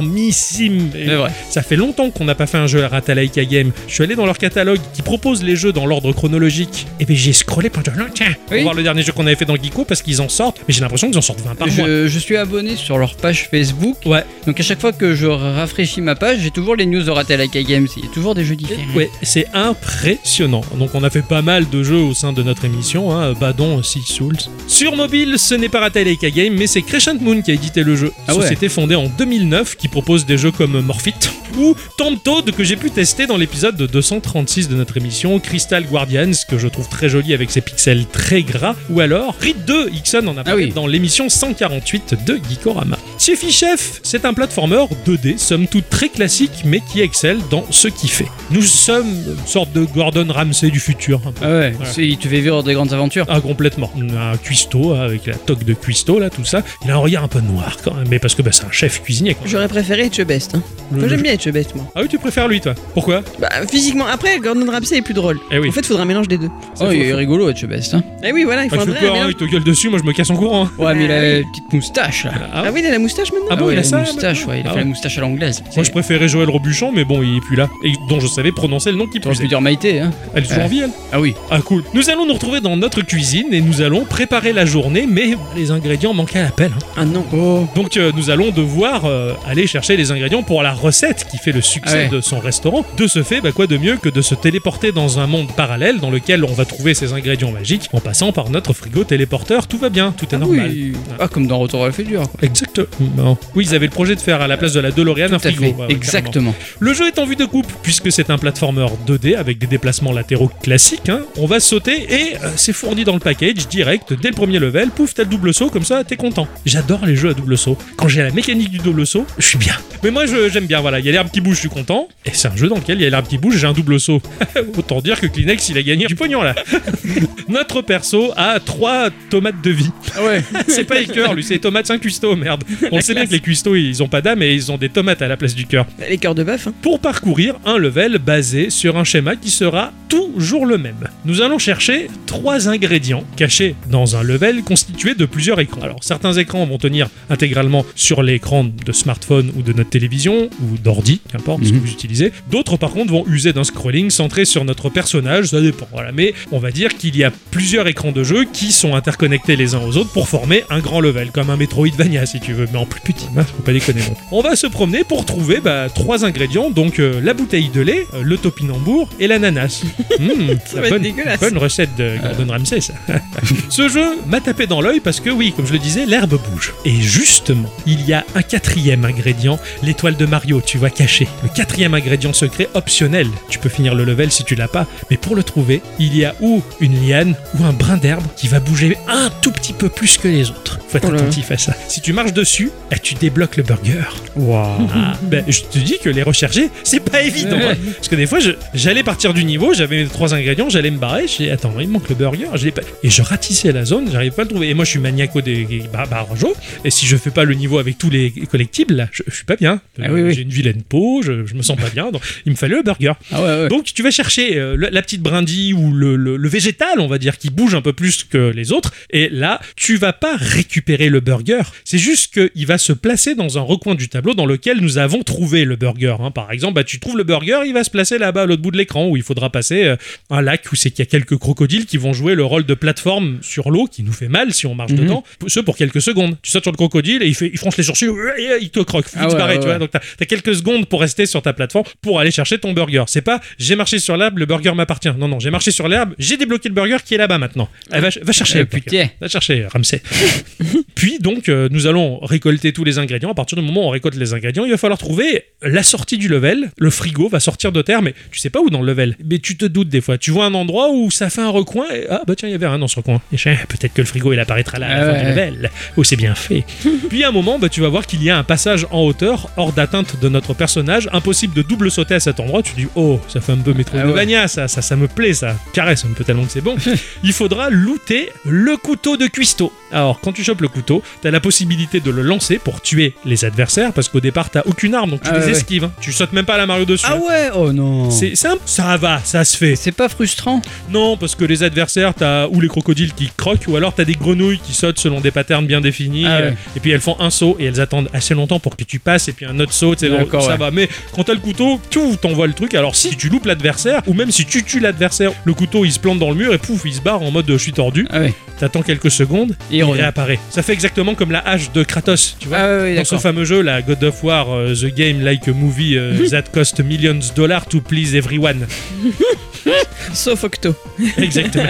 A: énormissime. Et
B: C'est vrai.
A: Ça fait longtemps qu'on n'a pas fait un jeu à Rataleika Games. Je suis allé dans leur catalogue qui propose les jeux dans l'ordre chronologique. Et bien j'ai scrollé pendant longtemps pour
B: Oui.
A: voir le dernier jeu qu'on avait fait dans Geeko parce qu'ils en sortent. Mais j'ai l'impression qu'ils en sortent 20 par mois.
B: Je, je suis abonné sur leur page Facebook.
A: Ouais.
B: Donc à chaque fois que je rafraîchis ma page, j'ai toujours les news de Ratalaka Games. Il y a toujours des jeux différents.
A: Ouais, c'est impressionnant. Donc on a fait pas mal de jeux au sein de notre émission, hein, Badon, Six Souls. Sur mobile, ce n'est pas Rataleika Game, mais c'est Crescent Moon qui a édité le jeu.
B: Ah ouais.
A: Société fondée en 2009 qui propose des jeux comme Morphite ou Toad que j'ai pu tester dans l'épisode 236 de notre émission, Crystal Guardians que je trouve très joli avec ses pixels très gras, ou alors Read 2, Ixon en a parlé
B: Ah oui.
A: dans l'émission 148 de Geekorama. Chefy Chef, c'est un platformer 2D, somme toute très classique, mais qui excelle dans ce qu'il fait. Nous sommes une sorte de Gordon Ramsay du futur. un peu.
B: Ah ouais,
A: Voilà.
B: c'est- il te fait vivre des grandes aventures.
A: Ah, complètement. On a un cuistot hein, avec la toque de cuistot, là, tout ça. Il a un regard un peu noir quand même, mais parce que bah, c'est un chef cuisinier. Quand même.
C: J'aurais préféré Etchebest. Hein.
A: Le-
C: Moi,
A: le-
C: j'aime bien Etchebest, moi.
A: Ah oui, tu préfères lui, toi Pourquoi Ah,
C: Bah, physiquement, après, Gordon Ramsay est plus drôle.
A: Eh oui.
C: En fait, il faudra un mélange des deux.
B: Oh, il est rigolo, Etchebest. Hein.
C: Eh oui, voilà, il
A: Ah, tu fais
C: faudrait un
A: quoi, hein,
C: mélange.
A: il te gueule dessus, moi je me casse en courant. hein.
B: Ouais, mais il a une petite moustache là.
A: Ah,
C: Ah oui, il a la moustache maintenant
A: Ah bon,
B: Ah ouais,
A: il a
B: une
A: ça
B: moustache, ouais, il a
A: Ah
B: fait la
A: ouais.
B: moustache à l'anglaise.
A: Moi je préférais Joël Robuchon, mais bon, il est plus là. Et dont je savais prononcer le nom qui
B: T'aurais pu
A: plus.
B: dire Maïté, hein
A: Elle est toujours
B: Ouais.
A: en vie, elle
B: Ah oui.
A: Ah cool. Nous allons nous retrouver dans notre cuisine et nous allons préparer la journée, mais les ingrédients manquaient à l'appel. hein.
C: Ah non.
B: Oh.
A: Donc euh, nous allons devoir euh, aller chercher les ingrédients pour la recette qui fait le succès
B: Ah ouais.
A: de son restaurant. De ce fait, bah, quoi de mieux que de se téléporter dans un monde parallèle dans lequel on va trouver ces ingrédients magiques en passant par notre frigo téléporteur. Tout va bien, tout est
B: Ah
A: normal.
B: oui. Ah, comme dans Retour à la Future. quoi.
A: Exactement. Oui, ils avaient le projet de faire à la place de la DeLorean un
B: Tout à
A: frigo.
B: fait.
A: ouais, ouais, carrément.
B: Exactement.
A: Le jeu est en vue de coupe, puisque c'est un platformer 2D avec des déplacements latéraux classiques. hein. On va sauter et euh, c'est fourni dans le package direct dès le premier level. Pouf, t'as le double saut, comme ça t'es content. J'adore les jeux à double saut. Quand j'ai la mécanique du double saut, je suis bien. Mais moi je- j'aime bien, voilà. Il y a l'herbe qui bouge, je suis content. Et c'est un jeu dans lequel il y a l'herbe qui bouge, j'ai un double saut. Autant dire que Kleenex il a gagné du pognon là. Notre perso a 3 tomates de vie.
B: Ouais.
A: c'est pas les cœurs, lui, c'est les tomates, c'est un cuistot, merde. On sait bien que les cuistots ils ont pas d'âme et ils ont des tomates à la place du cœur
C: Bah, Les cœurs de bœuf, hein.
A: pour parcourir un level basé sur un schéma qui sera toujours le même. Nous allons chercher trois ingrédients cachés dans un level constitué de plusieurs écrans. Alors certains écrans vont tenir intégralement sur l'écran de smartphone ou de notre télévision ou d'ordi, qu'importe ce que
B: Mhm.
A: vous utilisez. D'autres par contre vont user d'un scrolling centré sur notre personnage, ça dépend. Voilà, mais on va dire qu'il y a plusieurs écrans de jeu qui sont interconnectés les uns aux autres pour former un grand level, comme un Metroidvania si tu veux, mais en plus petit. hein, faut pas déconner. non. On va se promener pour trouver bah, trois ingrédients, donc euh, la bouteille de lait, euh, le topinambour et l'ananas. Hmm,
C: Ça
A: la
C: va être
A: bonne-
C: dégueulasse.
A: Bonne recette de Gordon Ramsay, ça. Ce jeu m'a tapé dans l'œil parce que, oui, comme je le disais, l'herbe bouge. Et justement, il y a un quatrième ingrédient, l'étoile de Mario, tu vois, cachée. Le quatrième ingrédient secret optionnel. Tu peux finir le level si tu l'as pas, mais pour le trouver, il y a ou une liane ou un brin d'herbe qui va bouger un tout petit peu plus que les autres. Faut être
B: Oh là là.
A: attentif à ça. Si tu marches dessus, eh, tu débloques le burger. Ah, ben, je te dis que les rechercher, c'est pas évident. hein. Parce que des fois, je- j'allais partir du niveau, j'avais mes trois ingrédients, j'allais me barrer, j'ai attends, il me manque le burger, je l'ai pas. Et je ratissais la zone, j'arrivais pas à le trouver. Et moi, je suis maniaco des des bar- barjots, et si je fais pas le niveau avec tous les collectibles, là, je, je suis pas bien.
B: Ah oui, oui.
A: J'ai une vilaine peau, je, je me sens pas bien, donc il me fallait le burger.
B: Ah ouais, ouais.
A: Donc tu vas chercher euh, le- la petite brindille ou le, le- le végétal, on va dire, qui bouge un peu plus que les autres. Et là, tu vas pas récupérer le burger. C'est juste qu'il va se placer dans un recoin du tableau dans lequel nous avons trouvé le burger. hein. Par exemple, bah, tu trouves le burger, il va se placer là-bas à l'autre bout de l'écran où il faudra passer euh, un lac où c'est qu'il y a quelques crocodiles qui vont jouer le rôle de plateforme sur l'eau qui nous fait mal si on marche
B: Mhm.
A: dedans. Ce pour quelques secondes. Tu sautes sur le crocodile et il, fait, il fronce les sourcils, et il te croque. Faut
B: Ah
A: vite
B: ouais,
A: barrer,
B: ouais,
A: tu vois.
B: ouais.
A: Donc t'as t'as quelques secondes pour rester sur ta plateforme pour aller chercher ton burger. C'est pas j'ai marché sur l'herbe, le burger m'appartient. Non, non, j'ai marché sur l'herbe, j'ai débloqué le burger qui est là-bas maintenant. Eh, va, va chercher
B: Ah,
A: le burger.
B: putain.
A: Va chercher, Ramsey. Puis donc, euh, nous allons récolter tous les ingrédients. À partir du moment où on récolte les ingrédients, il va falloir trouver la sortie du level. Le frigo va sortir de terre, mais tu sais pas où dans le level. Mais tu te doutes des fois. Tu vois un endroit où ça fait un recoin. Et, ah bah tiens, il y avait un dans ce recoin. Et je- peut-être que le frigo il apparaîtra là à la
B: Ah
A: fin du
B: ouais.
A: level. Oh, c'est bien fait. Puis à un moment, bah, tu vas voir qu'il y a un passage en hauteur, hors d'atteinte de notre personnage, impossible de double sauter à cet endroit. Tu dis, oh, ça fait un peu
B: Ah
A: Metroidvania, ça, ça, ça me plaît, ça caresse un peu tellement que c'est bon. Il faudra looter le couteau de cuistot. Alors, quand tu chopes le couteau, t'as la possibilité de le lancer pour tuer les adversaires, parce qu'au départ, t'as aucune arme, donc tu
B: Ah
A: les
B: ouais, ouais.
A: esquives. hein. Tu sautes même pas à la Mario dessus.
B: Ah ouais, oh non.
A: euh, C'est simple, ça va, ça se fait.
B: C'est pas frustrant.
A: Non, parce que les adversaires, t'as ou les crocodiles qui croquent, ou alors t'as des grenouilles qui sautent selon des patterns bien définis.
B: Ah ouais.
A: euh, Et puis elles font un saut et elles attendent assez longtemps pour que tu passes, et puis un autre saut, tu sais,
B: D'accord,
A: ça
B: ouais.
A: va. Mais quand t'as le couteau, tu t'envoies le truc. Alors si tu loupes l'adversaire, ou même si tu tues l'adversaire, le couteau il se plante dans le mur et pouf, il se barre en mode je suis tordu.
B: Ah ouais.
A: T'attends quelques secondes,
B: Et
A: il
B: revient.
A: réapparaît. Ça fait exactement comme la hache de Kratos, tu vois
B: Ah ouais, ouais,
A: dans ce
B: d'accord.
A: fameux jeu, la God of War, euh, The Game Like a Movie euh, That Cost Millions Dollars to Please Everyone.
C: Sauf Octo.
A: Exactement.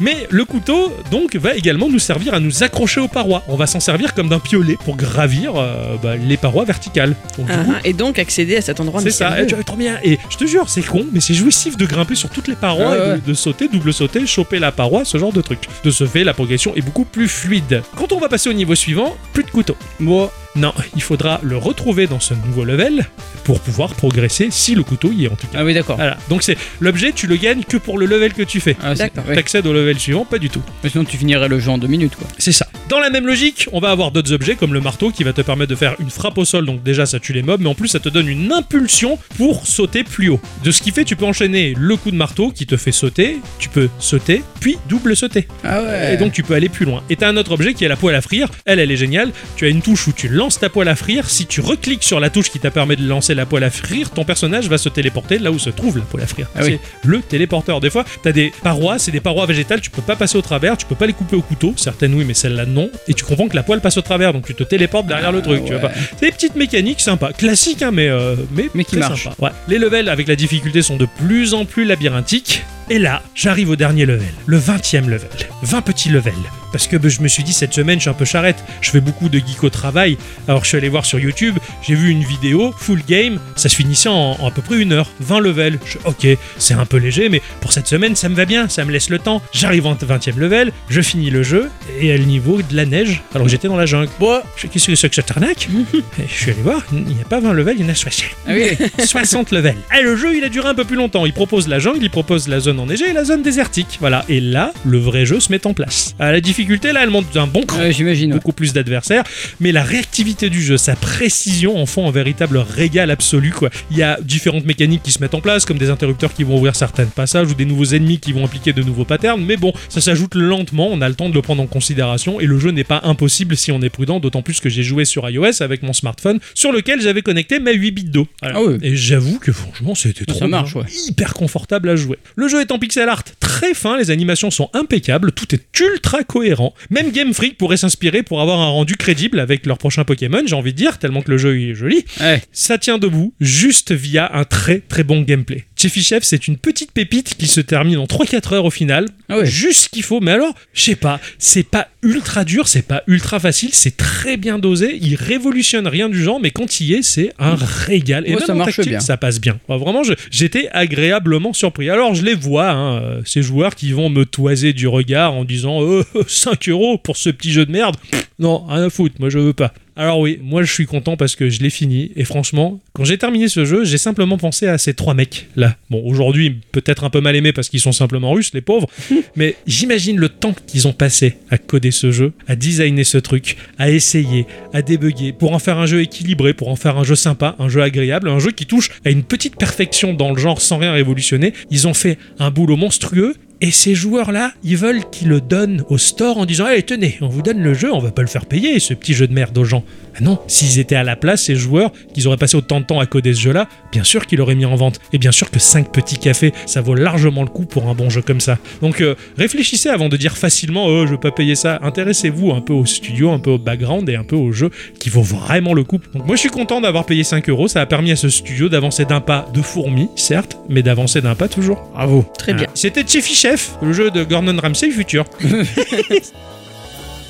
A: Mais le couteau, donc, va également nous servir à nous accrocher aux parois. On va s'en servir comme d'un piolet pour gravir euh, bah, les parois verticales. Donc, du
C: Ah, oh,
A: coup,
C: ah, et donc accéder à cet endroit
A: c'est ça, Eh,
C: mystérieux.
A: tu- trop bien. Et je te jure, c'est con, mais c'est jouissif de grimper sur toutes les parois,
B: Ouais,
A: et de-
B: ouais.
A: De, sauter, double sauter, choper la paroi, ce genre de truc. De ce fait, la progression est beaucoup plus fluide. Quand on va passer au niveau suivant, plus de couteau.
B: Bon.
A: Non, il faudra le retrouver dans ce nouveau level pour pouvoir progresser si le couteau y est en tout cas.
B: Ah oui, d'accord.
A: Voilà, donc c'est l'objet, tu le gagnes que pour le level que tu fais.
B: Ah, c'est-
C: D'accord.
B: ouais.
A: T'accèdes au level suivant, pas du tout.
B: Mais Sinon, tu finirais le jeu en deux minutes, quoi.
A: C'est ça. Dans la même logique, on va avoir d'autres objets comme le marteau qui va te permettre de faire une frappe au sol, donc déjà ça tue les mobs, mais en plus ça te donne une impulsion pour sauter plus haut. De ce qui fait, tu peux enchaîner le coup de marteau qui te fait sauter, tu peux sauter, puis double sauter.
B: Ah ouais.
A: Et donc tu peux aller plus loin. Et t'as un autre objet qui est la poêle à frire. Elle, elle est géniale. Tu as une touche où tu lances ta poêle à frire. Si tu recliques sur la touche qui t'a permis de lancer la poêle à frire, ton personnage va se téléporter là où se trouve la poêle à frire.
B: Ah
A: c'est
B: oui.
A: le téléporteur. Des fois, t'as des parois, c'est des parois végétales, tu peux pas passer au travers, tu peux pas les couper au couteau. Certaines oui, mais celle-là non. Et tu comprends que la poêle passe au travers, donc tu te téléportes derrière le truc. Tu vois
B: Ah ouais.
A: pas. C'est des petites mécaniques sympas, classiques, hein, mais, euh, mais,
B: Mais qui
A: très
B: marchent.
A: sympas. Ouais. Les levels avec la difficulté sont de plus en plus labyrinthiques. Et là, j'arrive au dernier level, le 20 e level. 20 petits levels. parce que bah, je me suis dit cette semaine je suis un peu charrette, je fais beaucoup de geek au travail, alors je suis allé voir sur YouTube, j'ai vu une vidéo full game, ça se finissait en, en à peu près une heure, 20 levels, je, ok c'est un peu léger mais pour cette semaine ça me va bien, ça me laisse le temps, j'arrive en 20 e level, je finis le jeu et à le niveau de la neige alors que j'étais dans la jungle. Bon, je- qu'est-ce que c'est que cette arnaque Et Je suis allé voir, il n'y a pas 20 levels, il y en a 60.
B: Ah oui,
A: 60 levels. Et Eh, le jeu, il a duré un peu plus longtemps. Il propose la jungle, il propose la zone enneigée et la zone désertique. Voilà. Et là, le vrai jeu se met en place. À la difficulté, là, elle monte d'un bon cran.
B: Ouais, Ah j'imagine. ouais.
A: Beaucoup plus d'adversaires, mais la réactivité du jeu, sa précision en font un véritable régal absolu. Quoi. Il y a différentes mécaniques qui se mettent en place, comme des interrupteurs qui vont ouvrir certains passages ou des nouveaux ennemis qui vont appliquer de nouveaux patterns, mais bon, ça s'ajoute lentement, on a le temps de le prendre en considération et le jeu n'est pas impossible si on est prudent, d'autant plus que j'ai joué sur iOS avec mon smartphone sur lequel j'avais connecté mes 8 bits d'eau. Voilà.
B: Ah oui.
A: Et j'avoue que franchement, c'était trop
B: Ça marche,
A: bien.
B: ouais.
A: hyper confortable à jouer. Le jeu est en pixel art très fin, les animations sont impeccables, tout est ultra cohérent. Même Game Freak pourrait s'inspirer pour avoir un rendu crédible avec leur prochain Pokémon, j'ai envie de dire, tellement que le jeu est joli.
B: Ouais.
A: Ça tient debout juste via un très très bon gameplay. Chefy Chef, c'est une petite pépite qui se termine en 3-4 heures au final.
B: Ah ouais.
A: Juste ce qu'il faut, mais alors, je sais pas, c'est pas ultra dur, c'est pas ultra facile, c'est très bien dosé, il révolutionne rien du genre, mais quand il y est, c'est un régal. Et
B: Ouais,
A: même
B: ça
A: en
B: marche
A: tactile,
B: bien.
A: ça passe bien. Enfin, vraiment, je- j'étais agréablement surpris. Alors, je les vois, hein, euh, ces joueurs qui vont me toiser du regard en disant euh, 5 euros pour ce petit jeu de merde. Pff, non, rien à foutre, moi je veux pas. Alors oui, moi je suis content parce que je l'ai fini et franchement, quand j'ai terminé ce jeu, j'ai simplement pensé à ces trois mecs là. Bon, aujourd'hui peut-être un peu mal aimés parce qu'ils sont simplement russes, les pauvres, mais j'imagine le temps qu'ils ont passé à coder ce jeu, à designer ce truc, à essayer, à débugger, pour en faire un jeu équilibré, pour en faire un jeu sympa, un jeu agréable, un jeu qui touche à une petite perfection dans le genre sans rien révolutionner. Ils ont fait un boulot monstrueux. Et ces joueurs-là, ils veulent qu'ils le donnent au store en disant Allez, tenez, on vous donne le jeu, on va pas le faire payer, ce petit jeu de merde aux gens. Ah non, s'ils étaient à la place, ces joueurs, qu'ils auraient passé autant de temps à coder ce jeu-là, bien sûr qu'ils l'auraient mis en vente. Et bien sûr que 5 petits cafés, ça vaut largement le coup pour un bon jeu comme ça. Donc euh, réfléchissez avant de dire facilement Oh, je veux pas payer ça. Intéressez-vous un peu au studio, un peu au background et un peu au jeu qui vaut vraiment le coup. Donc moi, je suis content d'avoir payé 5 euros. Ça a permis à ce studio d'avancer d'un pas de fourmi, certes, mais d'avancer d'un pas toujours. Bravo.
C: Très bien.
A: C'était Chefy Chef, le jeu de Gordon Ramsay futur.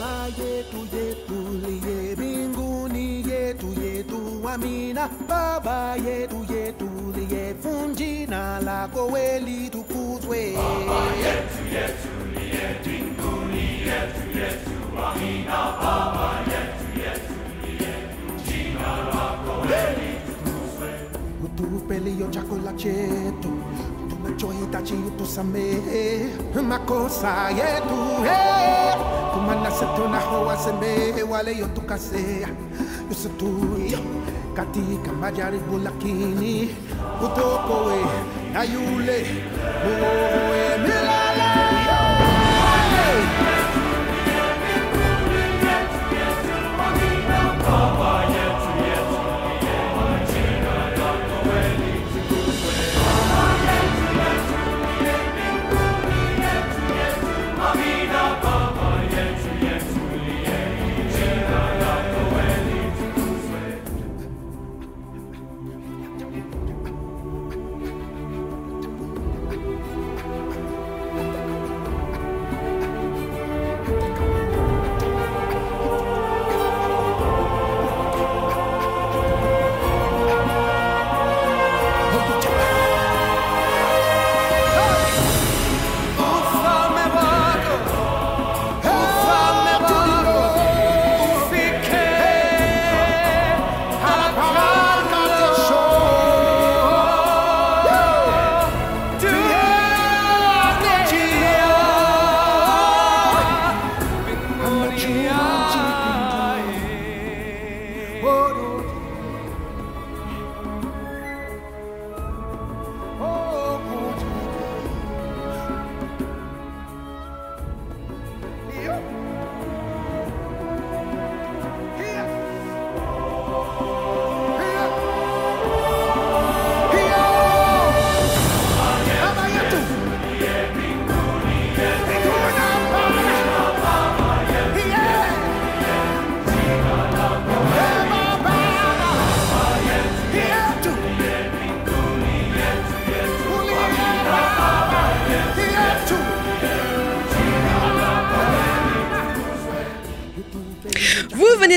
E: Baye tuye tuliye binguniye tuye tuamina babaye tuye tuliye funjina la koweli tukuzwe babaye utupeli yo chakula chetu tunachohitaji utusamehe makosa yetu hey. kumanase tunahowaseme wale yo tukasea yusutuyo katika majaribu lakini utokowe na yule muokoe milele Hey!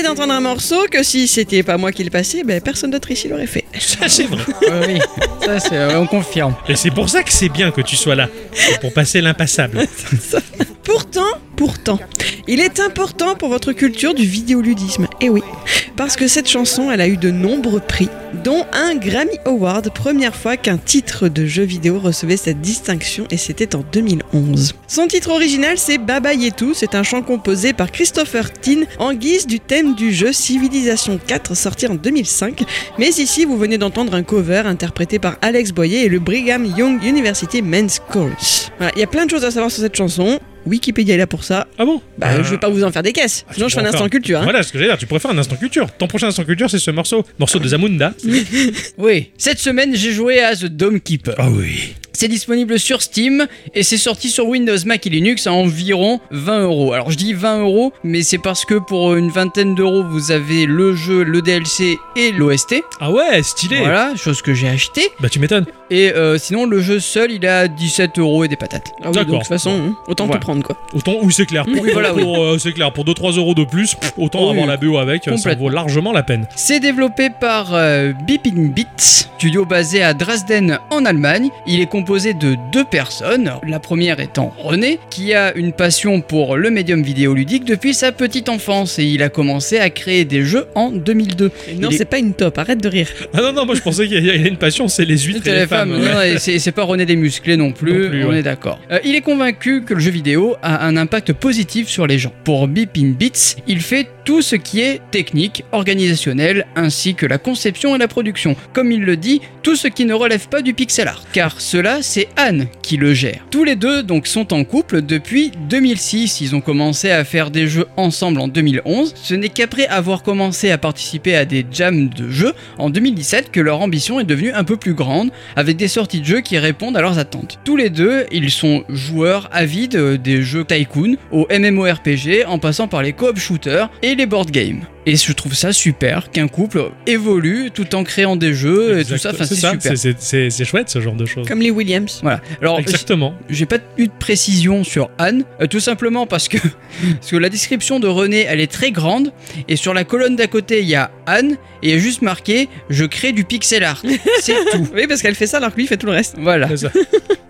C: d'entendre un morceau que si c'était pas moi qui le passais, ben, personne d'autre ici l'aurait fait.
A: Ça, c'est vrai.
B: Oui, oui. Ça, c'est, euh, on confirme.
A: Et c'est pour ça que c'est bien que tu sois là, pour passer l'impassable.
C: Pourtant, pourtant, il est important pour votre culture du vidéoludisme. Et oui, parce que cette chanson, elle a eu de nombreux prix, dont un Grammy Award, première fois qu'un titre de jeu vidéo recevait cette distinction, et c'était en 2011. Son titre original, c'est Baba Yetu, c'est un chant composé par Christopher Tin en guise du thème du jeu Civilization 4, sorti en 2005. Mais ici, vous venez d'entendre un cover interprété par Alex Boyer et le Brigham Young University Men's Chorus. Voilà, il y a plein de choses à savoir sur cette chanson. Wikipédia est là pour ça.
A: Ah bon
C: Bah,
A: Euh,
C: je vais pas vous en faire des caisses.
A: ah, tu
C: Sinon, je fais un
A: pourrais
C: instant
A: faire-
C: culture. hein.
A: Voilà ce que j'allais dire, tu pourrais faire un instant culture. Ton prochain instant culture, c'est ce morceau. Morceau de Zamunda.
B: Oui. Cette semaine, j'ai joué à The Dome Keeper.
A: Ah oui.
B: C'est disponible sur Steam et c'est sorti sur Windows, Mac et Linux à environ 20 euros. Alors je dis 20 euros, mais c'est parce que pour euh, une vingtaine d'euros, vous avez le jeu, le DLC et l'OST.
A: Ah ouais, stylé.
B: Voilà, chose que j'ai acheté.
A: Bah, tu m'étonnes.
B: Et euh, sinon, le jeu seul, il a 17 euros et des patates.
C: Ah oui,
A: D'accord.
C: donc, de toute façon, hein, autant
B: Voilà.
C: tout prendre quoi.
A: Autant, oui, c'est clair. Pour,
B: Oui, voilà, oui.
A: pour, euh, c'est clair. Pour 2-3 euros de plus, pff, autant
B: Oui,
A: avoir la BO avec, euh, ça
B: complètement.
A: vaut largement la peine.
B: C'est développé par euh, Beeping Beats, studio basé à Dresden en Allemagne. Il est composé de deux personnes, la première étant René, qui a une passion pour le médium vidéoludique depuis sa petite enfance et il a commencé à créer des jeux en 2002.
C: Non,
B: Il est-
C: c'est pas une top, arrête de rire.
A: Ah non, non, moi je pensais qu'il y a il y a une passion, c'est les huîtres et les femmes. ouais.
B: Non, non, et c'est c'est pas René des musclés non plus,
A: Non plus,
B: on
A: ouais.
B: est d'accord. Euh, il est convaincu que le jeu vidéo a un impact positif sur les gens. Pour Beepin Beats, il fait tout ce qui est technique, organisationnel, ainsi que la conception et la production. Comme il le dit, tout ce qui ne relève pas du pixel art, car cela c'est Anne qui le gère. Tous les deux donc sont en couple depuis 2006. Ils ont commencé à faire des jeux ensemble en 2011. Ce n'est qu'après avoir commencé à participer à des jams de jeux en 2017 que leur ambition est devenue un peu plus grande, avec des sorties de jeux qui répondent à leurs attentes. Tous les deux, ils sont joueurs avides euh, des jeux tycoon, au MMORPG, en passant par les co-op shooters et les board games. Et je trouve ça super qu'un couple évolue tout en créant des jeux et tout ça.
A: Exact-
B: Enfin,
A: c'est
B: c'est
A: ça,
B: super.
A: c'est- c'est- c'est c'est chouette ce genre de choses.
C: Comme les Williams.
B: Voilà. Alors,
A: Exactement.
B: j'ai pas eu de précision sur Anne, euh, tout simplement parce que, parce que la description de René, elle est très grande, et sur la colonne d'à côté, il y a Anne, et il y a juste marqué « Je crée du pixel art ». C'est tout.
C: Oui, parce qu'elle fait ça alors que lui il fait tout le reste.
B: Voilà.
A: C'est ça.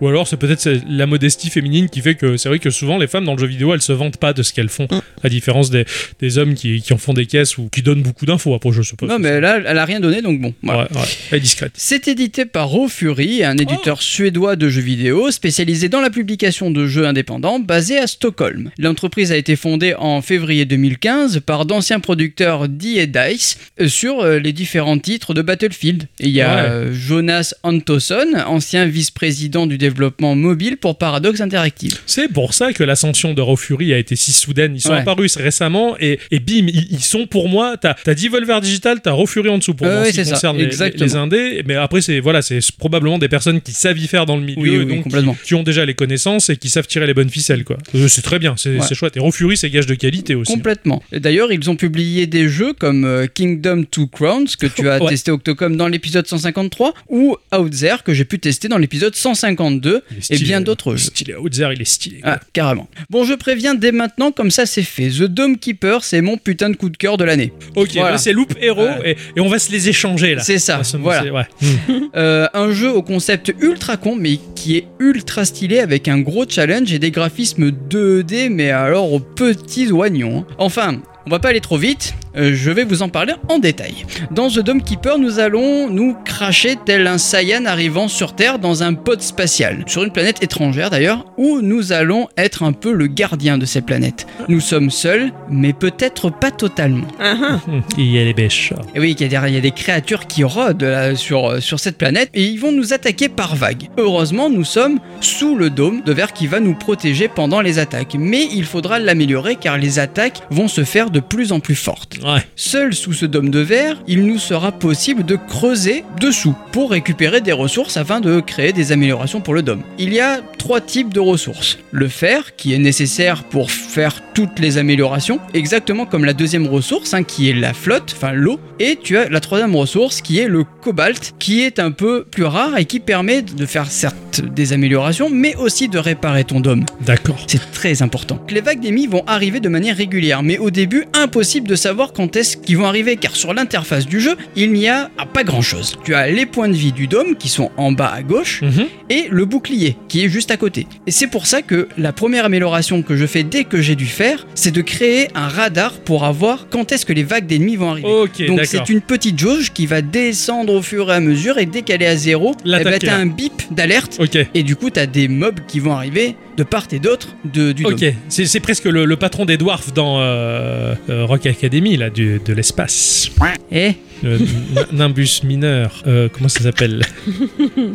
A: Ou alors c'est peut-être c'est la modestie féminine qui fait que c'est vrai que souvent les femmes dans le jeu vidéo elles se vantent pas de ce qu'elles font,
B: Mm.
A: à différence des, des hommes qui, qui en font des caisses ou qui donnent beaucoup d'infos après je suppose.
B: Non, mais là, elle a rien donné, donc bon.
A: Ouais,
B: Voilà.
A: ouais. Elle est discrète.
B: C'est édité par Rofuri, un éditeur suédois de jeux vidéo spécialisé dans la publication de jeux indépendants basé à Stockholm. L'entreprise a été fondée en février 2015 par d'anciens producteurs D et Dice euh, sur euh, les différents titres de Battlefield. Et il y a
A: Ouais.
B: euh, Jonas Antosson, ancien vice-président du développement mobile pour Paradox Interactive.
A: C'est pour ça que l'ascension de Rofuri a été si soudaine. Ils sont
B: Ouais.
A: apparus récemment et, et bim, ils, ils sont pour moi. T'as as Devolver Digital, t'as Rofuri en dessous pour
B: Euh,
A: moi en
B: oui,
A: ce qui
B: c'est ça,
A: concerne les, les-
B: exactement.
A: les indés. Mais après, c'est voilà, c'est probablement des personnes qui savent y faire dans le milieu,
B: Oui, oui,
A: et donc
B: complètement.
A: Qui, qui ont déjà les connaissances et qui savent tirer les bonnes ficelles. quoi. Euh, C'est très bien, c'est
B: Ouais.
A: c'est chouette. Et Rofuri, c'est gage de qualité aussi.
B: Complètement. Et D'ailleurs, ils ont publié des jeux comme euh, Kingdom Two Crowns, que tu as
A: Ouais.
B: testé Octocom dans l'épisode 153, ou Outzer, que j'ai pu tester dans l'épisode 152,
A: Il est
B: et
A: stylé,
B: bien
A: hein.
B: d'autres
A: Il est
B: jeux.
A: Stylé, Outzer, il est stylé. quoi.
B: Ah, carrément. Bon, je préviens dès maintenant, comme ça c'est fait. The Dome Keeper, c'est mon putain de coup de cœur de l'année.
A: ok,
B: voilà.
A: bah, c'est Loop Hero et,
B: Ouais.
A: et on va se les échanger là.
B: C'est ça,
A: On va se-
B: voilà.
A: c'est- ouais.
B: Euh, un jeu au concept ultra con, mais qui est ultra stylé avec un gros challenge et des graphismes 2D, mais alors aux petits oignons. hein. Enfin. On va pas aller trop vite, euh, je vais vous en parler en détail. Dans The Dome Keeper, nous allons nous cracher tel un Saiyan arrivant sur Terre dans un pod spatial, sur une planète étrangère d'ailleurs, où nous allons être un peu le gardien de ces planètes. Nous sommes seuls, mais peut-être pas totalement.
C: Ah, ah.
A: Hum, Il y a les bêches.
B: Et oui, il y, a des- il y a des créatures qui rôdent là, sur, euh, sur cette planète et ils vont nous attaquer par vagues. Heureusement, nous sommes sous le dôme de verre qui va nous protéger pendant les attaques, mais il faudra l'améliorer car les attaques vont se faire de plus en plus fortes.
A: Ouais.
B: Seul sous ce dôme de verre, il nous sera possible de creuser dessous pour récupérer des ressources afin de créer des améliorations pour le dôme. Il y a trois types de ressources. Le fer, qui est nécessaire pour faire toutes les améliorations, exactement comme la deuxième ressource hein, qui est la flotte, enfin l'eau, et tu as la troisième ressource qui est le cobalt, qui est un peu plus rare et qui permet de faire certes des améliorations, mais aussi de réparer ton dôme.
A: D'accord.
B: C'est très important. Les vagues d'EMI vont arriver de manière régulière, mais au début, impossible de savoir quand est-ce qu'ils vont arriver, car sur l'interface du jeu, il n'y a ah, pas grand-chose. Tu as les points de vie du dôme qui sont en bas à gauche,
A: Mhm.
B: et le bouclier qui est juste à côté. Et c'est pour ça que la première amélioration que je fais dès que j'ai dû faire, c'est de créer un radar pour avoir quand est-ce que les vagues d'ennemis vont arriver.
A: Ok,
B: Donc
A: d'accord.
B: c'est une petite jauge qui va descendre au fur et à mesure et dès qu'elle est à zéro, eh ben,
A: L'attaquer.
B: t'as un bip d'alerte
A: Ok.
B: et du coup t'as des mobs qui vont arriver de part et d'autre de, du
A: Ok,
B: dôme.
A: c'est c'est presque le, le patron des dwarfs dans euh, euh, Rock Academy, là, du- de l'espace.
B: Eh,
A: Euh, N- Nimbus mineur, euh, comment ça s'appelle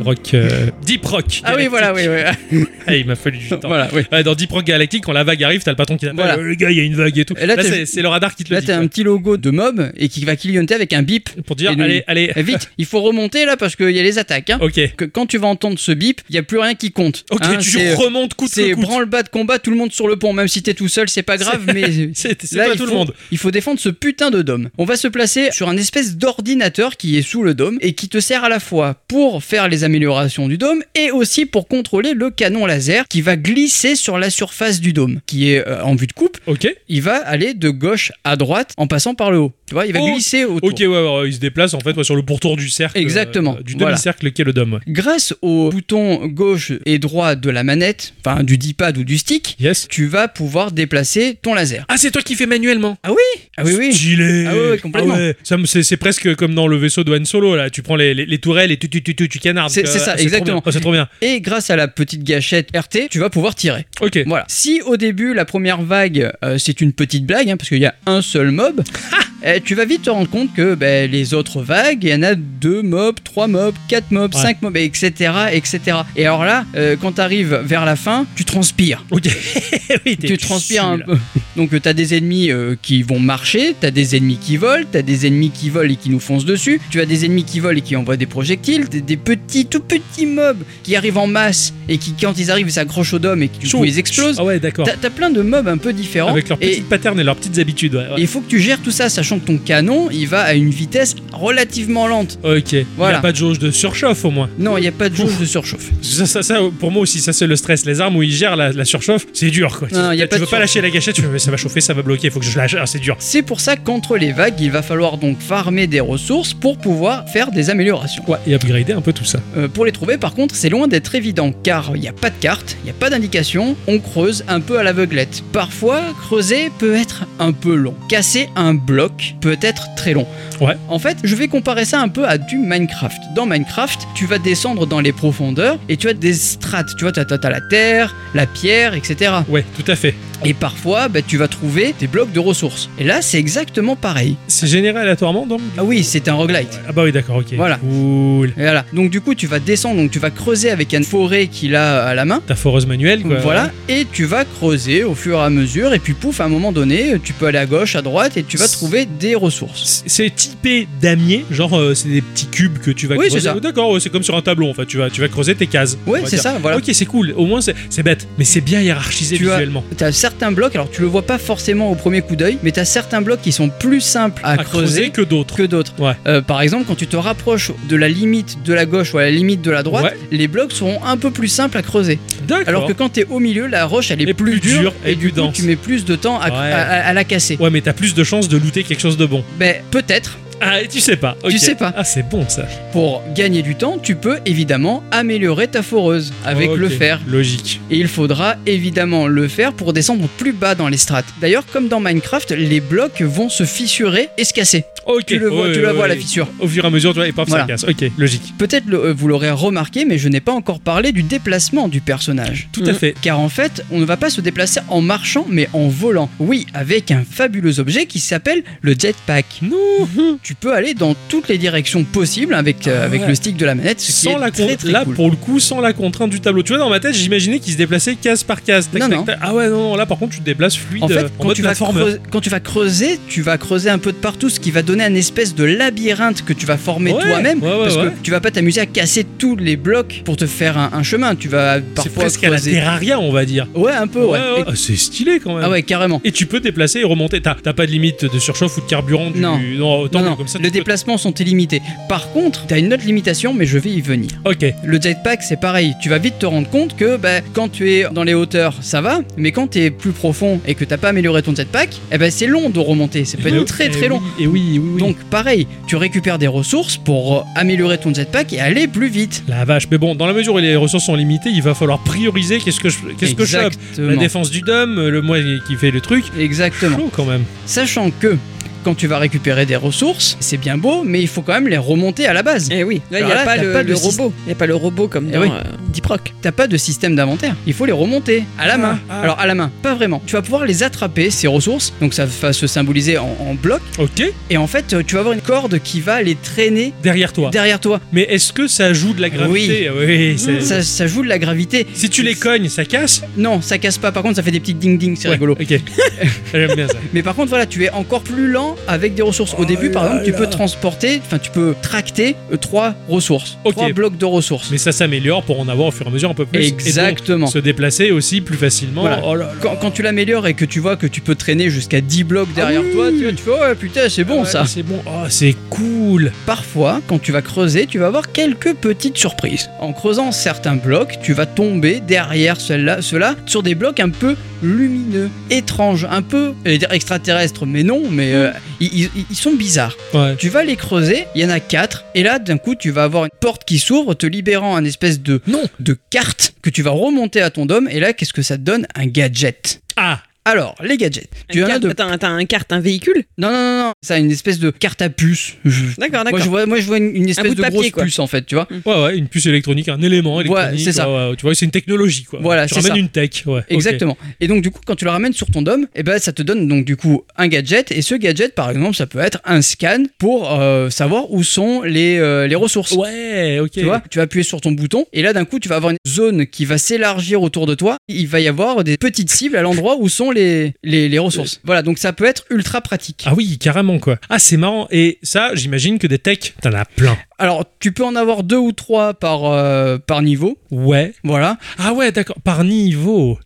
A: Rock. euh, Deep Rock.
B: ah oui
A: Galactique.
B: voilà oui, oui.
A: Ah, il m'a fallu du temps.
B: voilà oui.
A: Ouais, dans Deep Rock Galactique, quand la vague arrive, t'as le patron qui t'appelle
B: Voilà.
A: euh, Le gars, il y a une vague et tout.
B: Et
A: là,
B: là, t'as-
A: c'est- c'est le radar qui te le
B: Là
A: dit.
B: t'as un petit logo de mob et qui va clignoter avec un bip.
A: quoi. Pour dire
B: et le-
A: Allez, allez.
B: Eh, Vite, il faut remonter là parce qu'il y a les attaques. Hein.
A: Ok.
B: que quand tu vas entendre ce bip, il n'y a plus rien qui compte.
A: Ok,
B: Hein,
A: tu
B: c'est-
A: remontes coup
B: C'est
A: de coup.
B: branle-bas de combat, tout le monde sur le pont, même si t'es tout seul, c'est pas grave, mais.
A: C'est c'est
B: Là,
A: pas
B: il
A: tout le
B: faut-
A: monde.
B: Il faut défendre ce putain de dôme. On va se placer sur un espèce d'ordinateur qui est sous le dôme et qui te sert à la fois pour faire les améliorations du dôme et aussi pour contrôler le canon laser qui va glisser sur la surface du dôme, qui est euh, en vue de coupe.
A: Ok.
B: Il va aller de gauche à droite en passant par le haut. Tu vois, il va
A: Oh,
B: glisser autour.
A: Ok, ouais, ouais, ouais, il se déplace en fait ouais, sur le pourtour du cercle. euh,
B: Exactement,
A: du
B: voilà.
A: demi-cercle qu'est le dôme. ouais.
B: Grâce aux boutons gauche et droit de la manette, enfin du D-pad ou du stick,
A: Yes.
B: tu vas pouvoir déplacer ton laser.
A: Ah, c'est toi qui fais manuellement
B: Ah oui, oui.
A: Stylé.
B: Ah ouais, ouais, complètement.
A: Ah ouais. Ça me- C'est c'est presque comme dans le vaisseau de Han Solo, là. Tu prends les, les- les tourelles et tu, tu, tu, tu, tu canardes.
B: C'est-
A: quoi.
B: c'est ça,
A: Ah, trop
B: exactement.
A: bien. Ah, C'est trop bien.
B: Et grâce à la petite gâchette RT, tu vas pouvoir tirer.
A: Ok.
B: Voilà. Si au début, la première vague, euh, c'est une petite blague, hein, parce qu'il y a un seul mob,
A: Ah
B: eh, tu vas vite te rendre compte que ben, les autres vagues, il y en a deux mobs, trois mobs, quatre mobs,
A: Ouais.
B: cinq mobs, etc., etc. Et alors là, euh, quand tu arrives vers la fin, tu transpires.
A: Ok. Oui, t'es
B: tu transpires un
A: nul.
B: peu. Donc euh, t'as des ennemis euh, qui vont marcher, t'as des ennemis qui volent, t'as des ennemis qui volent et qui nous foncent dessus, tu as des ennemis qui volent et qui envoient des projectiles, t'as des petits, tout petits mobs qui arrivent en masse et qui quand ils arrivent ils s'accrochent au dôme et qui du coup,
A: Chou.
B: ils explosent.
A: Ah ouais, d'accord.
B: T'as t'as plein de mobs un peu différents.
A: Avec leurs
B: et-
A: petites patterns et leurs petites habitudes. ouais,
B: et
A: ouais.
B: il faut que tu gères tout ça, sachant que ton canon, il va à une vitesse relativement lente.
A: Ok. Il n'y
B: Voilà.
A: a pas de jauge de surchauffe au moins.
B: Non, il n'y a pas de jauge de surchauffe.
A: Ça, ça, ça, pour moi aussi, ça c'est le stress. Les armes où ils gèrent la, la surchauffe, c'est dur quoi.
B: Non,
A: tu
B: y a
A: tu
B: pas de
A: veux pas
B: surchauffe.
A: lâcher la gâchette, tu fais, mais ça va chauffer, ça va bloquer, faut que je lâche. Ah, c'est dur.
B: C'est pour ça que contre les vagues, il va falloir donc farmer des ressources pour pouvoir faire des améliorations.
A: Ouais, et upgrader un peu tout ça.
B: Euh, pour les trouver, par contre, c'est loin d'être évident car il n'y a pas de carte, il n'y a pas d'indication, on creuse un peu à l'aveuglette. Parfois, creuser peut être un peu long. Casser un bloc peut être très long.
A: Ouais.
B: En fait, je vais comparer ça un peu à du Minecraft. Dans Minecraft, tu vas descendre dans les profondeurs et tu as des strates. Tu vois, tu as, la terre, la pierre, etc.
A: Ouais, tout à fait.
B: Et parfois, bah, tu vas trouver des blocs de ressources. Et là, c'est exactement pareil.
A: C'est généré aléatoirement donc
B: Ah oui, c'est un roguelite.
A: Ah bah oui, d'accord, ok.
B: Voilà.
A: Cool.
B: Et Voilà. Donc du coup, tu vas descendre, donc tu vas creuser avec une forêt qu'il a à la main.
A: Ta foreuse manuelle quoi.
B: Voilà, et tu vas creuser au fur et à mesure, et puis pouf, à un moment donné, tu peux aller à gauche, à droite, et tu vas trouver des ressources.
A: C'est c'est typé damier, genre euh, c'est des petits cubes que tu vas
B: Oui,
A: creuser.
B: c'est ça.
A: Oh, D'accord, ouais, c'est comme sur un tableau en fait, tu vas, tu vas creuser tes cases.
B: Ouais,
A: on va
B: c'est
A: dire.
B: ça, voilà.
A: Ok, c'est cool, au moins c'est c'est bête, mais c'est bien hiérarchisé
B: Tu as-
A: visuellement.
B: T'as certains blocs, alors tu le vois pas forcément au premier coup d'œil, mais t'as certains blocs qui sont plus simples à,
A: À creuser que d'autres.
B: que d'autres.
A: Ouais.
B: Euh, par exemple, quand tu te rapproches de la limite de la gauche ou à la limite de la droite,
A: Ouais.
B: les blocs seront un peu plus simples à creuser.
A: D'accord.
B: Alors que quand t'es au milieu, la roche elle est
A: Et
B: plus,
A: plus dure et
B: et du
A: plus
B: coup
A: dense.
B: tu mets plus de temps à,
A: Ouais.
B: à- à- à la casser.
A: Ouais, mais t'as plus de chances de looter quelque chose de bon.
B: Ben peut-être,
A: Ah, et tu sais pas.
B: Tu
A: ok.
B: sais pas.
A: Ah, c'est bon ça.
B: Pour gagner du temps, tu peux évidemment améliorer ta foreuse avec
A: Ok,
B: le fer.
A: Logique.
B: Et il faudra évidemment le fer pour descendre plus bas dans les strates. D'ailleurs, comme dans Minecraft, les blocs vont se fissurer et se casser.
A: Ok.
B: Tu le vois,
A: ouais,
B: tu la
A: ouais,
B: vois la
A: ouais.
B: fissure.
A: Au fur et à mesure, tu vois, et paf,
B: Voilà.
A: ça casse. Ok, logique.
B: Peut-être le- euh, vous l'aurez remarqué, mais je n'ai pas encore parlé du déplacement du personnage. Mmh.
A: Tout à
C: Mhm.
A: fait.
B: Car en fait, on ne va pas se déplacer en marchant, mais en volant. Oui, avec un fabuleux objet qui s'appelle le jetpack.
A: Nous,
B: Tu peux aller dans toutes les directions possibles avec, euh,
A: Ah
B: avec
A: ouais.
B: le stick de la manette, ce qui
A: sans
B: est
A: la con-
B: très, très
A: là
B: cool.
A: pour le coup, sans la contrainte du tableau. Tu vois, dans ma tête, j'imaginais qu'il se déplaçait case par case. Tac,
B: Non,
A: tac,
B: non.
A: tac. Ah ouais, non, non, là par contre, tu te déplaces fluide.
B: En
A: euh,
B: fait, quand
A: mode
B: tu, vas
A: platformer.
B: creuser, quand tu vas creuser, tu vas creuser un peu de partout, ce qui va donner un espèce de labyrinthe que tu vas former
A: Ouais,
B: toi-même.
A: ouais, ouais,
B: parce
A: ouais.
B: que tu vas pas t'amuser à casser tous les blocs pour te faire un, un chemin. Tu vas
A: C'est
B: parfois
A: presque à la
B: croiser.
A: Terraria, on va dire.
B: Ouais, un peu,
A: Ouais,
B: ouais.
A: ouais,
B: Et-
A: ah, C'est stylé quand même.
B: Ah ouais, carrément.
A: Et tu peux te déplacer et remonter. T'as t'as pas de limite de surchauffe ou de carburant du-
B: Non.
A: autant
B: Non,
A: que
B: non,
A: comme ça.
B: les
A: tu peux-
B: déplacements sont illimités. Par contre, t'as une autre limitation, mais je vais y venir.
A: Ok.
B: Le jetpack, c'est pareil. Tu vas vite te rendre compte que bah, quand tu es dans les hauteurs, ça va, mais quand tu es plus profond et que t'as pas amélioré ton jetpack, eh ben, c'est long de remonter. C'est peut être
A: Eh
B: très
A: oui,
B: très
A: eh
B: long.
A: oui, Et oui, oui, oui.
B: Donc pareil, tu récupères des ressources pour euh, améliorer ton jetpack et aller plus vite.
A: La vache, mais bon, dans la mesure où les ressources sont limitées, il va falloir prioriser qu'est-ce que je, qu'est-ce que je chope. La
B: Exactement.
A: défense du dôme, le moi qui fait le truc.
B: Exactement.
A: Chaud quand même.
B: Sachant que quand tu vas récupérer des ressources, c'est bien beau, mais il faut quand même les remonter à la base.
C: Eh oui, là, il
B: Alors
C: n'y a
B: là,
C: pas
B: t'as
C: le,
B: pas de
C: le
B: syst-
C: robot. Il n'y a pas le robot comme
B: Eh
C: dans
B: oui.
C: euh, Deep Rock.
B: T'as pas de système d'inventaire. Il faut les remonter à la
A: Ah,
B: main.
A: ah.
B: Alors à la main, pas vraiment. Tu vas pouvoir les attraper, ces ressources. Donc ça va se symboliser en, en bloc.
A: Ok,
B: Et en fait, euh, tu vas avoir une corde qui va les traîner
A: derrière toi.
B: derrière toi.
A: Mais est-ce que ça joue de la gravité Oui, c'est-
B: Ça, ça joue de la gravité.
A: Si tu les cognes, ça casse
B: Non, ça casse pas. Par contre, ça fait des petits ding-ding, c'est
A: Ouais,
B: rigolo.
A: Ok. J'aime bien ça.
B: Mais par contre, voilà, tu es encore plus lent avec des ressources. Au début, par exemple, tu peux transporter, enfin, tu peux tracter euh, trois ressources,
A: Ok.
B: trois blocs de ressources.
A: Mais ça s'améliore pour en avoir au fur et à mesure un peu plus. Et donc,
B: Exactement.
A: se déplacer aussi plus facilement.
B: Voilà.
A: Oh là là.
B: Quand, quand tu l'améliores et que tu vois que tu peux traîner jusqu'à 10 blocs derrière
A: Ah oui.
B: toi, tu, tu fais ouais putain c'est bon
A: Ouais,
B: ça.
A: C'est bon. Oh, c'est cool.
B: Parfois, quand tu vas creuser, tu vas avoir quelques petites surprises. En creusant certains blocs, tu vas tomber derrière cela, cela sur des blocs un peu lumineux, étranges, un peu j'allais dire extraterrestres, mais non, mais
A: Hmm.
B: euh, ils, ils- ils sont bizarres.
A: Ouais.
B: Tu vas les creuser, il y en a quatre, et là d'un coup tu vas avoir une porte qui s'ouvre, te libérant un espèce de
A: Non.
B: de carte que tu vas remonter à ton dôme, et là qu'est-ce que ça te donne Un gadget.
A: Ah,
B: Alors, les gadgets. Tu
C: Un
B: en as
C: carte-
B: de...
C: Attends, t'as un carte, un véhicule
B: Non, non, non, non. Ça a une espèce de carte à puce. Je-
C: D'accord,
B: Moi,
C: d'accord.
B: je vois, moi, je vois une, une espèce
C: bout de
B: de,
C: papier,
B: grosse
C: quoi.
B: puce, en fait, tu vois.
A: ouais, ouais, une puce électronique, un élément
B: Ouais,
A: électronique.
B: c'est ça.
A: ouais, ouais, tu vois, c'est une technologie, quoi.
B: Voilà,
A: tu
B: c'est
A: ramènes
B: ça.
A: une tech, ouais. ok.
B: Exactement. Et donc, du coup, quand tu la ramènes sur ton dôme, eh ben, ça te donne donc, du coup, un gadget. Et ce gadget, par exemple, ça peut être un scan pour euh, savoir où sont les, euh, les ressources.
A: Ouais, ok.
B: Tu vois, tu vas appuyer sur ton bouton et là d'un coup tu vas avoir une zone qui va s'élargir autour de toi. Il va y avoir des petites cibles à l'endroit où sont les, les, les ressources. Voilà, donc ça peut être ultra pratique.
A: Ah oui, carrément quoi. Ah c'est marrant. Et ça, j'imagine que des techs, t'en as plein.
B: Alors tu peux en avoir deux ou trois par, euh, par niveau.
A: Ouais.
B: Voilà.
A: Ah ouais, d'accord. Par niveau.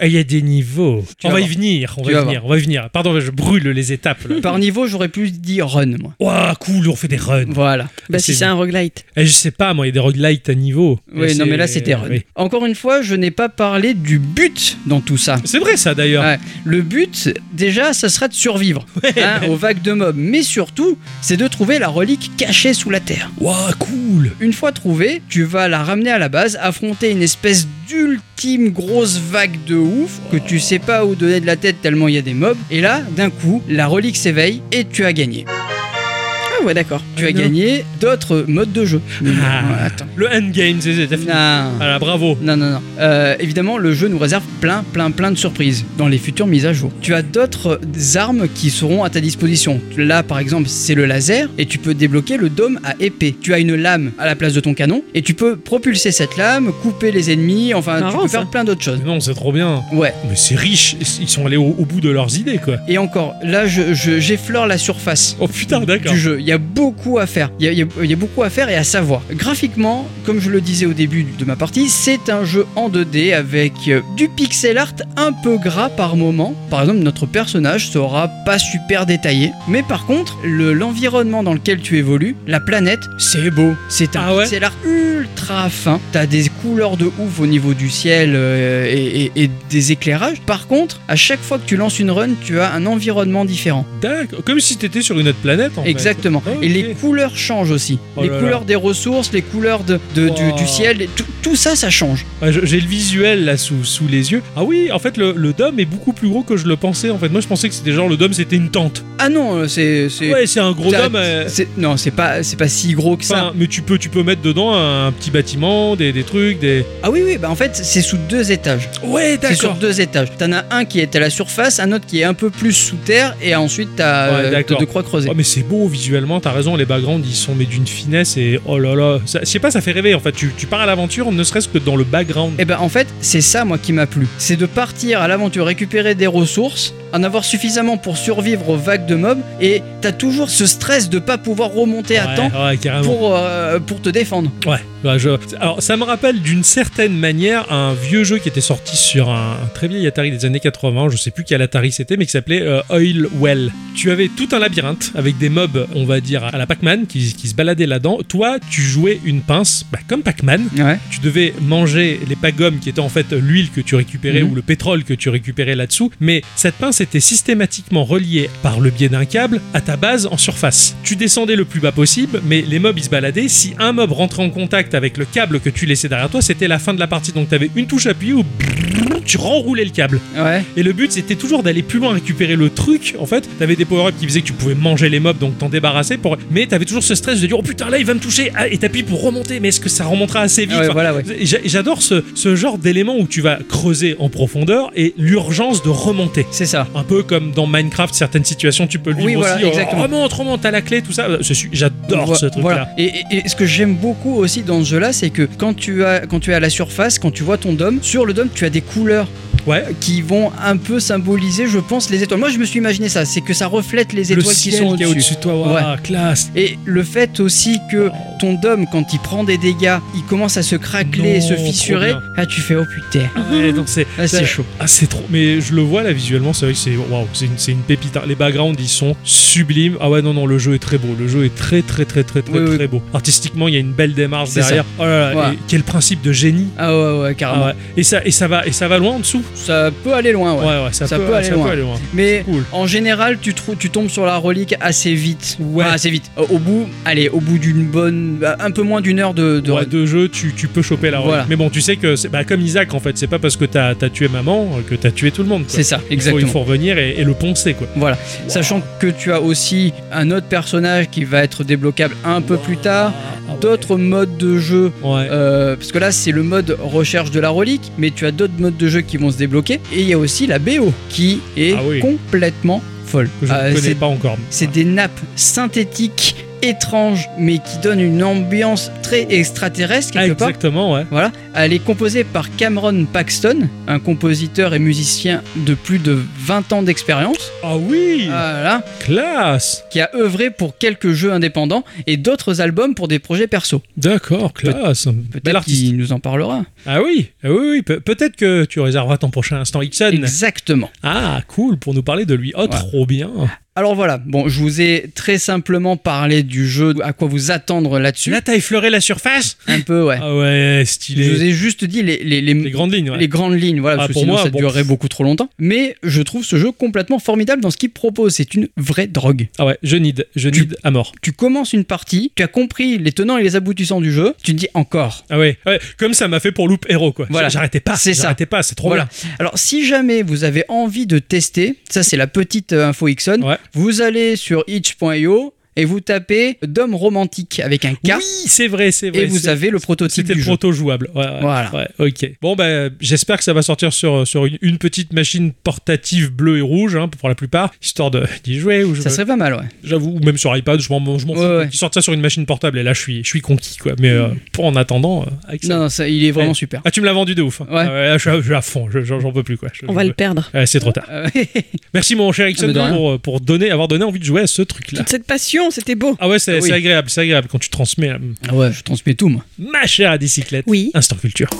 A: Ah, Il y a des niveaux.
B: Tu
A: on
B: vas
A: va y
B: voir.
A: venir. On
B: Tu
A: va y
B: vas
A: venir. On va y venir. Pardon, je brûle les étapes. Là.
B: Par niveau, j'aurais plus dit run, moi.
A: Ouah, cool, on fait des runs.
B: Voilà.
C: Bah, si
A: c'est-
C: c'est un roguelite.
A: Eh, je sais pas, moi, il y a des roguelites à niveau.
B: Oui,
A: Et
B: non,
A: c'est-
B: mais là, c'était run.
A: oui.
B: Encore une fois, je n'ai pas parlé du but dans tout ça.
A: C'est vrai, ça d'ailleurs.
B: Ouais. Le but, déjà, ça sera de survivre hein, aux vagues de mobs. Mais surtout, c'est de trouver la relique cachée sous la terre.
A: Ouah, cool.
B: Une fois trouvée, tu vas la ramener à la base, affronter une espèce d'ultime grosse vague de ouf que tu sais pas où donner de la tête tellement il y a des mobs. Et là, d'un coup, la relique s'éveille et tu as gagné.
C: Ah ouais, d'accord.
B: Tu as
A: Non.
B: gagné d'autres modes de jeu. Mais non,
A: Ah.
B: attends. Ah.
A: Le endgame, c'est c'est- t'as fini.
B: Non.
A: Voilà, bravo.
B: Non, non, non. Euh, évidemment, le jeu nous réserve plein, plein, plein de surprises dans les futures mises à jour. Tu as d'autres euh, armes qui seront à ta disposition. Là, par exemple, c'est le laser et tu peux débloquer le dôme à épée. Tu as une lame à la place de ton canon et tu peux propulser cette lame, couper les ennemis, enfin, tu
C: Marrant,
B: peux
C: ça.
B: faire plein d'autres choses.
A: Mais Non, c'est trop bien.
B: Ouais,
A: Mais c'est riche. Ils sont allés au, au bout de leurs idées, quoi.
B: et encore, là, je- je- j'effleure la surface.
A: Oh putain, d'accord.
B: du jeu. Il y a beaucoup à faire. Il y a, il y a- il y a beaucoup à faire et à savoir. Graphiquement, comme je le disais au début de ma partie, c'est un jeu en 2D avec euh, du pixel art un peu gras par moment. Par exemple, notre personnage sera pas super détaillé. Mais par contre, le- l'environnement dans lequel tu évolues, la planète, c'est beau. C'est un
A: Ah ouais
B: pixel art ultra fin. T'as des couleurs de ouf au niveau du ciel euh, et- et- et des éclairages. Par contre, à chaque fois que tu lances une run, tu as un environnement différent.
A: D'accord. Comme si t'étais sur une autre planète, en fait. Ah
B: Exactement.
A: Ok.
B: Et les couleurs changent aussi.
A: Oh
B: les
A: là là.
B: couleurs des ressources, les couleurs de, de- du-
A: Wow.
B: du, ciel, les- tout, tout ça, ça change.
A: Ouais, je- J'ai le visuel là sous, sous les yeux. Ah oui, en fait, le, le dôme est beaucoup plus gros que je le pensais. En fait, moi, je pensais que c'était genre le dôme, c'était une tente.
B: Ah non, euh, c'est. c'est-
A: Ouais, c'est un gros
B: ça-
A: dôme. euh,
B: c'est- Non, c'est pas, c'est pas si gros que ça.
A: enfin, mais tu peux, tu peux mettre dedans un petit bâtiment, des, des trucs, des.
B: Ah oui, oui, bah en fait, c'est sous deux étages.
A: Ouais,
B: C'est sur deux étages. T'en as un qui est à la surface, un autre qui est un peu plus sous terre, et ensuite t'as
A: Ouais,
B: euh,
A: d'accord.
B: de, de croix creusée.
A: Oh, mais c'est beau visuellement, t'as raison, les backgrounds ils sont mais d'une finesse et oh là là, ça- je sais pas, ça fait rêver en fait. Tu, tu pars à l'aventure, ne serait-ce que dans
B: Eh
A: le background.
B: Et ben en fait, c'est ça moi qui m'a plu. C'est de partir à l'aventure récupérer des ressources en avoir suffisamment pour survivre aux vagues de mobs et t'as toujours ce stress de pas pouvoir remonter à
A: Ouais,
B: temps
A: ouais, carrément.
B: pour, euh, pour te défendre.
A: Ouais, bah, je- alors ça me rappelle d'une certaine manière un vieux jeu qui était sorti sur un, un très vieil Atari des années 80, je sais plus quel Atari c'était, mais qui s'appelait euh, Oil Well. Tu avais tout un labyrinthe avec des mobs, on va dire, à la Pac-Man qui, qui se baladaient là-dedans. Toi, tu jouais une pince, bah, comme Pac-Man,
B: Ouais.
A: tu devais manger les pagommes qui étaient en fait l'huile que tu récupérais
B: Mhm.
A: ou le pétrole que tu récupérais là-dessous, mais cette pince était systématiquement reliée par le biais d'un câble à ta base en surface. Tu descendais le plus bas possible, mais les mobs ils se baladaient. Si un mob rentrait en contact avec le câble que tu laissais derrière toi, c'était la fin de la partie. Donc tu avais une touche appuyée où brrr, tu renroulais le câble.
B: Ouais.
A: Et le but c'était toujours d'aller plus loin, récupérer le truc. En fait, t'avais des power-ups qui faisaient que tu pouvais manger les mobs, donc t'en débarrasser. Pour... Mais t'avais toujours ce stress de dire oh putain là il va me toucher Ah, et t'appuies pour remonter. Mais est-ce que ça remontera assez vite
B: Ah ouais,
A: Enfin,
B: voilà, ouais.
A: J'a- J'adore ce, ce genre d'élément où tu vas creuser en profondeur et l'urgence de remonter.
B: C'est ça.
A: Un peu comme dans Minecraft, certaines situations, tu peux le
B: Oui,
A: vivre
B: voilà,
A: aussi. oh,
B: exactement.
A: remonte, remonte à la clé, tout ça. Je suis- J'adore
B: Vo-
A: ce truc-là.
B: voilà. Et, et- et ce que j'aime beaucoup aussi dans ce jeu-là, c'est que quand tu, as, quand tu es à la surface, quand tu vois ton dôme, sur le dôme, tu as des couleurs
A: Ouais.
B: qui vont un peu symboliser, je pense, les étoiles. Moi, je me suis imaginé ça, c'est que ça reflète les
A: Le
B: étoiles qui
A: ciel
B: sont
A: qui est
B: au-dessus.
A: au-dessus de toi, Ouah, classe.
B: Et le fait aussi que ton dôme, quand il prend des dégâts, il commence à se craqueler et
A: Non,
B: se
A: trop
B: fissurer.
A: bien.
B: Ah, tu fais oh putain.
A: Ouais, donc c'est
B: Ah, c'est
A: ça-
B: chaud.
A: Ah, c'est trop. Mais je le vois là visuellement, c'est vrai que c'est waouh, c'est une, c'est une pépite. hein. Les backgrounds, ils sont sublimes. Ah ouais, non, non, le jeu est très beau. Le jeu est très, très, très, très, très,
B: Oui, oui.
A: très beau. Artistiquement, il y a une belle démarche
B: C'est ça.
A: derrière. Oh là là,
B: Ouais.
A: et quel principe de génie.
B: Ah ouais, ouais,
A: Ah
B: carrément.
A: ouais. Et ça, et ça va, et ça va loin en dessous.
B: Ça peut aller loin, ouais.
A: Ouais, ouais, ça,
B: Ça
A: peut,
B: peut aller
A: ça
B: loin.
A: peut aller loin.
B: Mais
A: Cool.
B: en général, tu, trou- tu tombes sur la relique assez vite.
A: Ouais.
B: Enfin, assez vite. Au- Au bout, allez, au bout d'une bonne. bah, Un peu moins d'une heure de. de
A: De, de jeu, tu, tu peux choper la relique.
B: Voilà.
A: Mais bon, tu sais que c'est bah, comme Isaac en fait, c'est pas parce que t'as as tué maman euh, que t'as tué tout le monde. quoi.
B: C'est ça,
A: Il faut,
B: exactement.
A: il faut revenir et, et le poncer quoi.
B: Voilà. Sachant que tu as aussi un autre personnage qui va être débloquable un peu plus tard. D'autres modes de jeu.
A: Ouais.
B: euh, parce que là, c'est le mode recherche de la relique, mais tu as d'autres modes de jeu qui vont se débloquer. Et il y a aussi la BO qui est
A: Ah oui.
B: complètement folle.
A: que je ne
B: Euh,
A: connais
B: c'est
A: pas encore.
B: C'est des nappes synthétiques étranges, mais qui donnent une ambiance très extraterrestre
A: Ah,
B: quelque part.
A: exactement, ouais.
B: Voilà, elle est composée par Cameron Paxton, un compositeur et musicien de plus de 20 ans d'expérience,
A: Ah oui,
B: voilà,
A: classe.
B: qui a œuvré pour quelques jeux indépendants et d'autres albums pour des projets perso.
A: D'accord, classe. Bel
B: Peut-être
A: artiste.
B: qu'il nous en parlera.
A: Ah oui, ah oui, oui. Pe- peut-être que tu réserveras ton prochain instant Ixon.
B: Exactement.
A: Ah cool, pour nous parler de lui. Oh
B: Ouais.
A: trop bien.
B: Alors voilà, bon, je vous ai très simplement parlé du jeu, à quoi vous attendre là-dessus.
A: Là, t'as effleuré la surface.
B: Un peu, ouais.
A: Ah ouais,
B: Je vous
A: stylé.
B: ai juste dit les, les, les-
A: Les grandes lignes. ouais.
B: les grandes lignes, voilà,
A: Ah,
B: parce que
A: pour
B: sinon
A: moi,
B: ça
A: bon,
B: durerait
A: pff.
B: beaucoup trop longtemps. Mais je trouve ce jeu complètement formidable dans ce qu'il propose. C'est une vraie drogue.
A: Ah ouais, je need, je
B: Tu-
A: need à mort.
B: Tu commences une partie, tu as compris les tenants et les aboutissants du jeu, tu te dis encore.
A: Ah ouais, ouais, comme ça m'a fait pour Loop Hero quoi.
B: Voilà.
A: J'arrêtais pas,
B: C'est ça.
A: j'arrêtais pas, c'est trop
B: Voilà. Alors, si jamais vous avez envie de tester, ça c'est la petite euh, info Ixon,
A: Ouais.
B: vous allez sur itch.io et vous tapez Dom Romantique avec un K
A: bien. Oui, c'est vrai, c'est vrai.
B: et vous
A: c'est-
B: avez le prototype
A: C'était
B: du
A: le
B: jeu.
A: proto jouable. Ouais, ouais,
B: Voilà.
A: ouais, ok. Bon, ben, j'espère que ça va sortir sur, sur une, une petite machine portative bleue et rouge, hein, pour la plupart, histoire de- d'y jouer. Ou je-
B: Ça serait pas mal, ouais.
A: J'avoue, ou même sur iPad, je m'en je m'en
B: Ouais,
A: fous.
B: ouais.
A: Qu'ils sortent ça sur une machine portable, et là, je suis, je suis conquis, quoi. Mais euh, pour en attendant, euh, avec ça.
B: Non, non, ça, il est vraiment
A: Ouais.
B: super.
A: Ah, tu me l'as vendu de ouf. hein.
B: Ouais.
A: Ah là, je, suis à- je suis à fond, je- j'en j'en peux plus, quoi. Je-
C: On va
A: je-
C: le perdre.
A: Ouais, c'est trop tard.
B: Euh,
A: Merci mon cher
B: Ah,
A: Ixon
B: mais de rien.
A: pour, euh, pour donner, avoir donné envie de jouer à ce truc-là.
C: Toute cette passion, c'était beau.
A: Ah ouais, c'est
B: Ah oui.
A: c'est agréable, c'est agréable quand tu transmets. euh,
B: ouais, je transmets tout, moi.
A: Ma chère à bicyclette.
C: Oui.
A: Instant culture.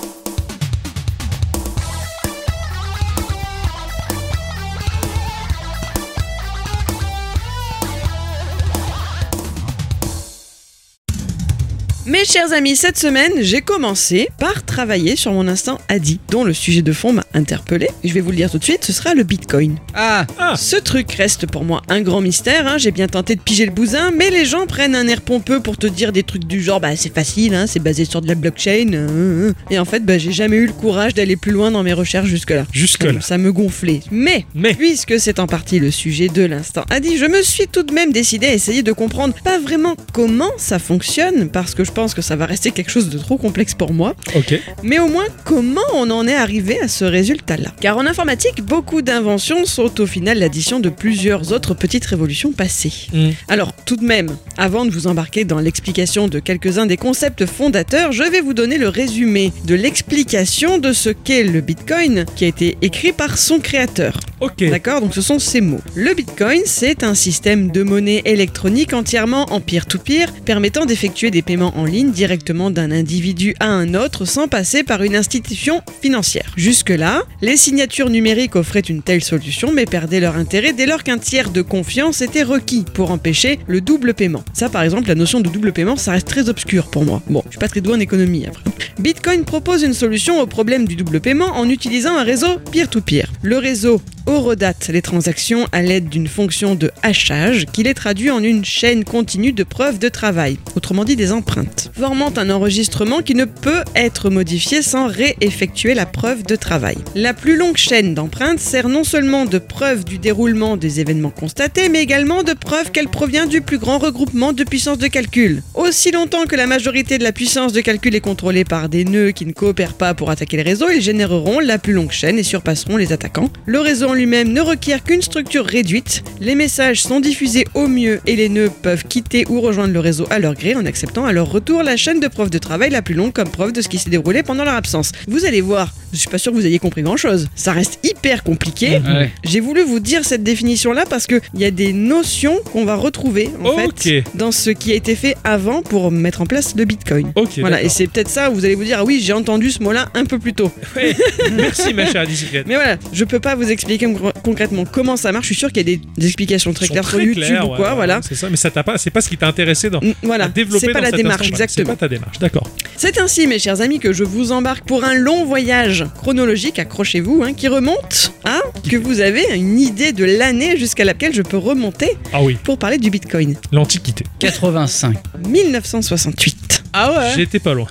C: Mes chers amis, cette semaine, j'ai commencé par travailler sur mon instant Adi, dont le sujet de fond m'a interpellé. Et je vais vous le dire tout de suite, ce sera le Bitcoin.
B: Ah,
A: Ah.
C: Ce truc reste pour moi un grand mystère, hein. j'ai bien tenté de piger le bousin, mais les gens prennent un air pompeux pour te dire des trucs du genre bah c'est facile, hein, c'est basé sur de la blockchain. euh, euh. Et en fait, bah, j'ai jamais eu le courage d'aller plus loin dans mes recherches jusque-là.
A: Jusque-là. Eh.
C: Ça me gonflait. Mais
A: Mais
C: Puisque c'est en partie le sujet de l'instant Adi, je me suis tout de même décidé à essayer de comprendre pas vraiment comment ça fonctionne, parce que je pense que ça va rester quelque chose de trop complexe pour moi,
A: ok.
C: mais au moins comment on en est arrivé à ce résultat-là. Car en informatique, beaucoup d'inventions sont au final l'addition de plusieurs autres petites révolutions passées.
A: Mm.
C: Alors tout de même, avant de vous embarquer dans l'explication de quelques-uns des concepts fondateurs, je vais vous donner le résumé de l'explication de ce qu'est le Bitcoin qui a été écrit par son créateur.
A: Ok.
C: D'accord Donc ce sont ces mots. Le Bitcoin, c'est un système de monnaie électronique entièrement en peer-to-peer, permettant d'effectuer des paiements en ligne directement d'un individu à un autre sans passer par une institution financière. Jusque-là, les signatures numériques offraient une telle solution mais perdaient leur intérêt dès lors qu'un tiers de confiance était requis pour empêcher le double paiement. Ça par exemple, la notion de double paiement, ça reste très obscur pour moi. Bon, je suis pas très doué en économie hein, après. Bitcoin propose une solution au problème du double paiement en utilisant un réseau peer-to-peer. Le réseau Horodate les transactions à l'aide d'une fonction de hachage qui les traduit en une chaîne continue de preuves de travail, autrement dit des empreintes, formant un enregistrement qui ne peut être modifié sans réeffectuer la preuve de travail. La plus longue chaîne d'empreintes sert non seulement de preuve du déroulement des événements constatés, mais également de preuve qu'elle provient du plus grand regroupement de puissance de calcul. Aussi longtemps que la majorité de la puissance de calcul est contrôlée par des nœuds qui ne coopèrent pas pour attaquer le réseau, ils généreront la plus longue chaîne et surpasseront les attaquants. Le réseau en lui-même ne requiert qu'une structure réduite. Les messages sont diffusés au mieux et les nœuds peuvent quitter ou rejoindre le réseau à leur gré en acceptant à leur retour la chaîne de preuves de travail la plus longue comme preuve de ce qui s'est déroulé pendant leur absence. Vous allez voir, je suis pas sûr que vous ayez compris grand-chose. Ça reste hyper compliqué.
B: Ouais.
C: J'ai voulu vous dire cette définition-là parce qu'il y a des notions qu'on va retrouver en
A: Ok.
C: fait dans ce qui a été fait avant pour mettre en place le Bitcoin.
A: Ok.
C: Voilà, et
A: d'accord.
C: c'est peut-être ça où vous allez vous dire, ah oui, j'ai entendu ce mot-là un peu plus tôt.
A: Ouais. Merci ma chère bicyclette.
C: Mais voilà, je peux pas vous expliquer con- concrètement comment ça marche. Je suis sûr qu'il y a des, des explications très
A: Sont
C: claires sur YouTube
A: claires,
C: ou
A: ouais,
C: quoi,
A: ouais,
C: voilà.
A: C'est ça, mais ça t'a pas, c'est pas ce qui t'a intéressé dans.
C: Mm, Voilà,
A: à développer
C: c'est pas
A: dans
C: la
A: cette
C: démarche,
A: instance-là.
C: exactement.
A: C'est pas ta démarche, d'accord.
C: C'est ainsi, mes chers amis, que je vous embarque pour un long voyage chronologique, accrochez-vous, hein, qui remonte à que vous avez une idée de l'année jusqu'à laquelle je peux remonter
A: Ah oui,
C: pour parler du Bitcoin.
A: l'Antiquité.
B: 85.
C: 1968.
B: Ah ouais
A: J'étais pas loin.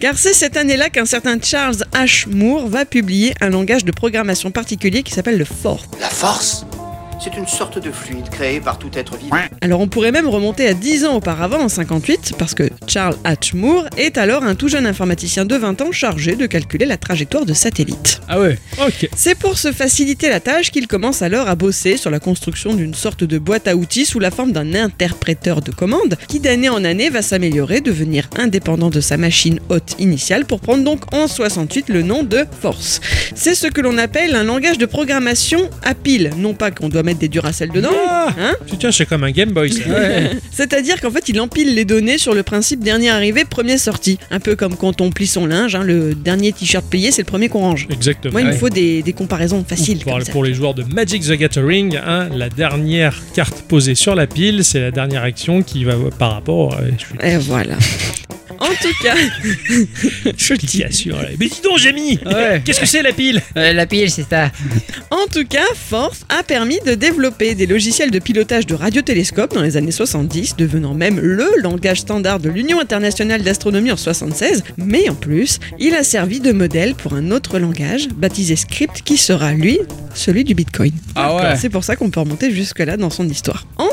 C: Car c'est cette année-là qu'un certain Charles H. Moore va publier un langage de programmation particulier qui s'appelle le FORT.
F: La force C'est une sorte de fluide créé par tout être vivant.
C: Alors on pourrait même remonter à 10 ans auparavant, en 58, parce que Charles H. Moore est alors un tout jeune informaticien de 20 ans chargé de calculer la trajectoire de satellites.
B: Ah ouais
A: Ok.
C: C'est pour se faciliter la tâche qu'il commence alors à bosser sur la construction d'une sorte de boîte à outils sous la forme d'un interpréteur de commandes qui d'année en année va s'améliorer, devenir indépendant de sa machine haute initiale pour prendre donc en 68 le nom de Force. C'est ce que l'on appelle un langage de programmation à pile, non pas qu'on doit mettre des duracelles dedans,
A: Ah
C: hein
A: Tu tiens, c'est comme un Game Boy. ça.
C: c'est-à-dire qu'en fait, il empile les données sur le principe dernier arrivé, premier sorti. Un peu comme quand on plie son linge, hein, le dernier t-shirt plié, c'est le premier qu'on range.
A: Exactement.
C: Moi, il me
B: Ouais.
C: faut des, des comparaisons faciles.
A: Pour,
C: comme ça.
A: pour les joueurs de Magic the Gathering, hein, la dernière carte posée sur la pile, c'est la dernière action qui va par rapport. euh, je suis-
C: Et voilà. En tout cas,
A: je t'y assure. là. Mais dis donc, Jamie
B: Ouais.
A: Qu'est-ce que c'est la pile
B: La pile, c'est ça.
C: en tout cas, Force a permis de développer des logiciels de pilotage de radiotélescopes dans les années 70, devenant même le langage standard de l'Union internationale d'astronomie en 76. Mais en plus, il a servi de modèle pour un autre langage baptisé Script, qui sera lui celui du Bitcoin.
B: Ah ouais.
C: C'est pour ça qu'on peut remonter jusque-là dans son histoire. En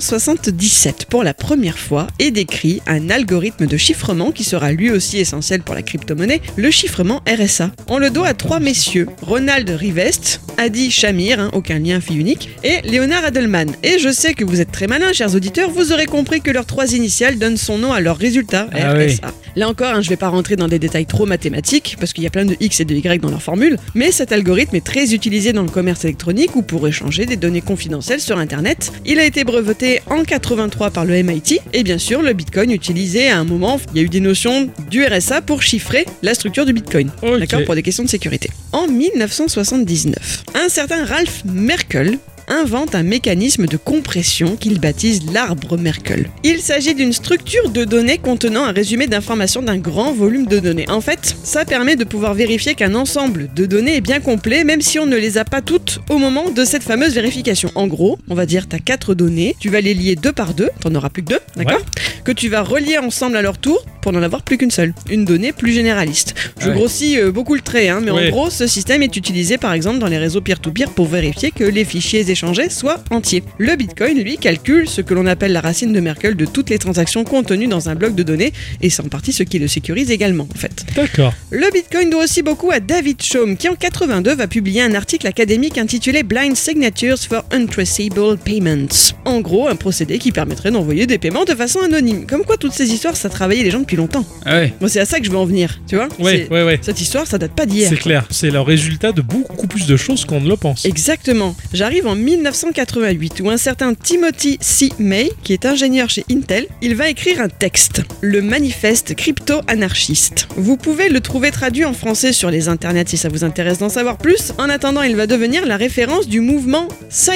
C: 1977, pour la première fois, est décrit un algorithme de chiffrement qui sera lui aussi essentiel pour la crypto-monnaie, le chiffrement RSA. On le doit à trois messieurs, Ronald Rivest, Adi Shamir, hein, aucun lien fille unique, et Leonard Adelman. Et je sais que vous êtes très malins, chers auditeurs, vous aurez compris que leurs trois initiales donnent son nom à leur résultat,
B: Ah
C: RSA.
B: oui.
C: Ah. Là encore, hein, je ne vais pas rentrer dans des détails trop mathématiques, parce qu'il y a plein de X et de Y dans leur formule, mais cet algorithme est très utilisé dans le commerce électronique ou pour échanger des données confidentielles sur Internet. Il a été breveté en 83 par le MIT, et bien sûr, le Bitcoin utilisé à un moment, il y a eu des notions du RSA pour chiffrer la structure du Bitcoin.
A: Ok.
C: D'accord Pour des questions de sécurité. En 1979, un certain Ralph Merkel invente un mécanisme de compression qu'il baptise l'arbre Merkel. Il s'agit d'une structure de données contenant un résumé d'informations d'un grand volume de données. En fait, ça permet de pouvoir vérifier qu'un ensemble de données est bien complet, même si on ne les a pas toutes au moment de cette fameuse vérification. En gros, on va dire tu as quatre données, tu vas les lier deux par deux, t'en auras plus que deux, d'accord Que tu vas relier ensemble à leur tour pour n'en avoir plus qu'une seule. Une donnée plus généraliste. Je
B: Ouais.
C: grossis euh, beaucoup le trait, hein, mais
A: Ouais.
C: en gros, ce système est utilisé par exemple dans les réseaux peer-to-peer pour vérifier que les fichiers échangés soient entiers. Le Bitcoin, lui, calcule ce que l'on appelle la racine de Merkel de toutes les transactions contenues dans un bloc de données, et c'est en partie ce qui le sécurise également, en fait.
A: D'accord.
C: Le Bitcoin doit aussi beaucoup à David Chaum, qui en 82 va publier un article académique intitulé Blind Signatures for Untraceable Payments. En gros, un procédé qui permettrait d'envoyer des paiements de façon anonyme. Comme quoi, toutes ces histoires, ça travaillait les gens depuis longtemps.
B: Ah ouais.
C: Moi, c'est à ça que je veux en venir, tu vois
A: Ouais,
C: C'est-
A: ouais, ouais.
C: Cette histoire, ça date pas d'hier.
A: C'est clair. C'est le résultat de beaucoup plus de choses qu'on ne le pense.
C: Exactement. J'arrive en 1988 où un certain Timothy C. May, qui est ingénieur chez Intel, il va écrire un texte, le manifeste crypto-anarchiste. Vous pouvez le trouver traduit en français sur les internets si ça vous intéresse d'en savoir plus. En attendant, il va devenir la référence du mouvement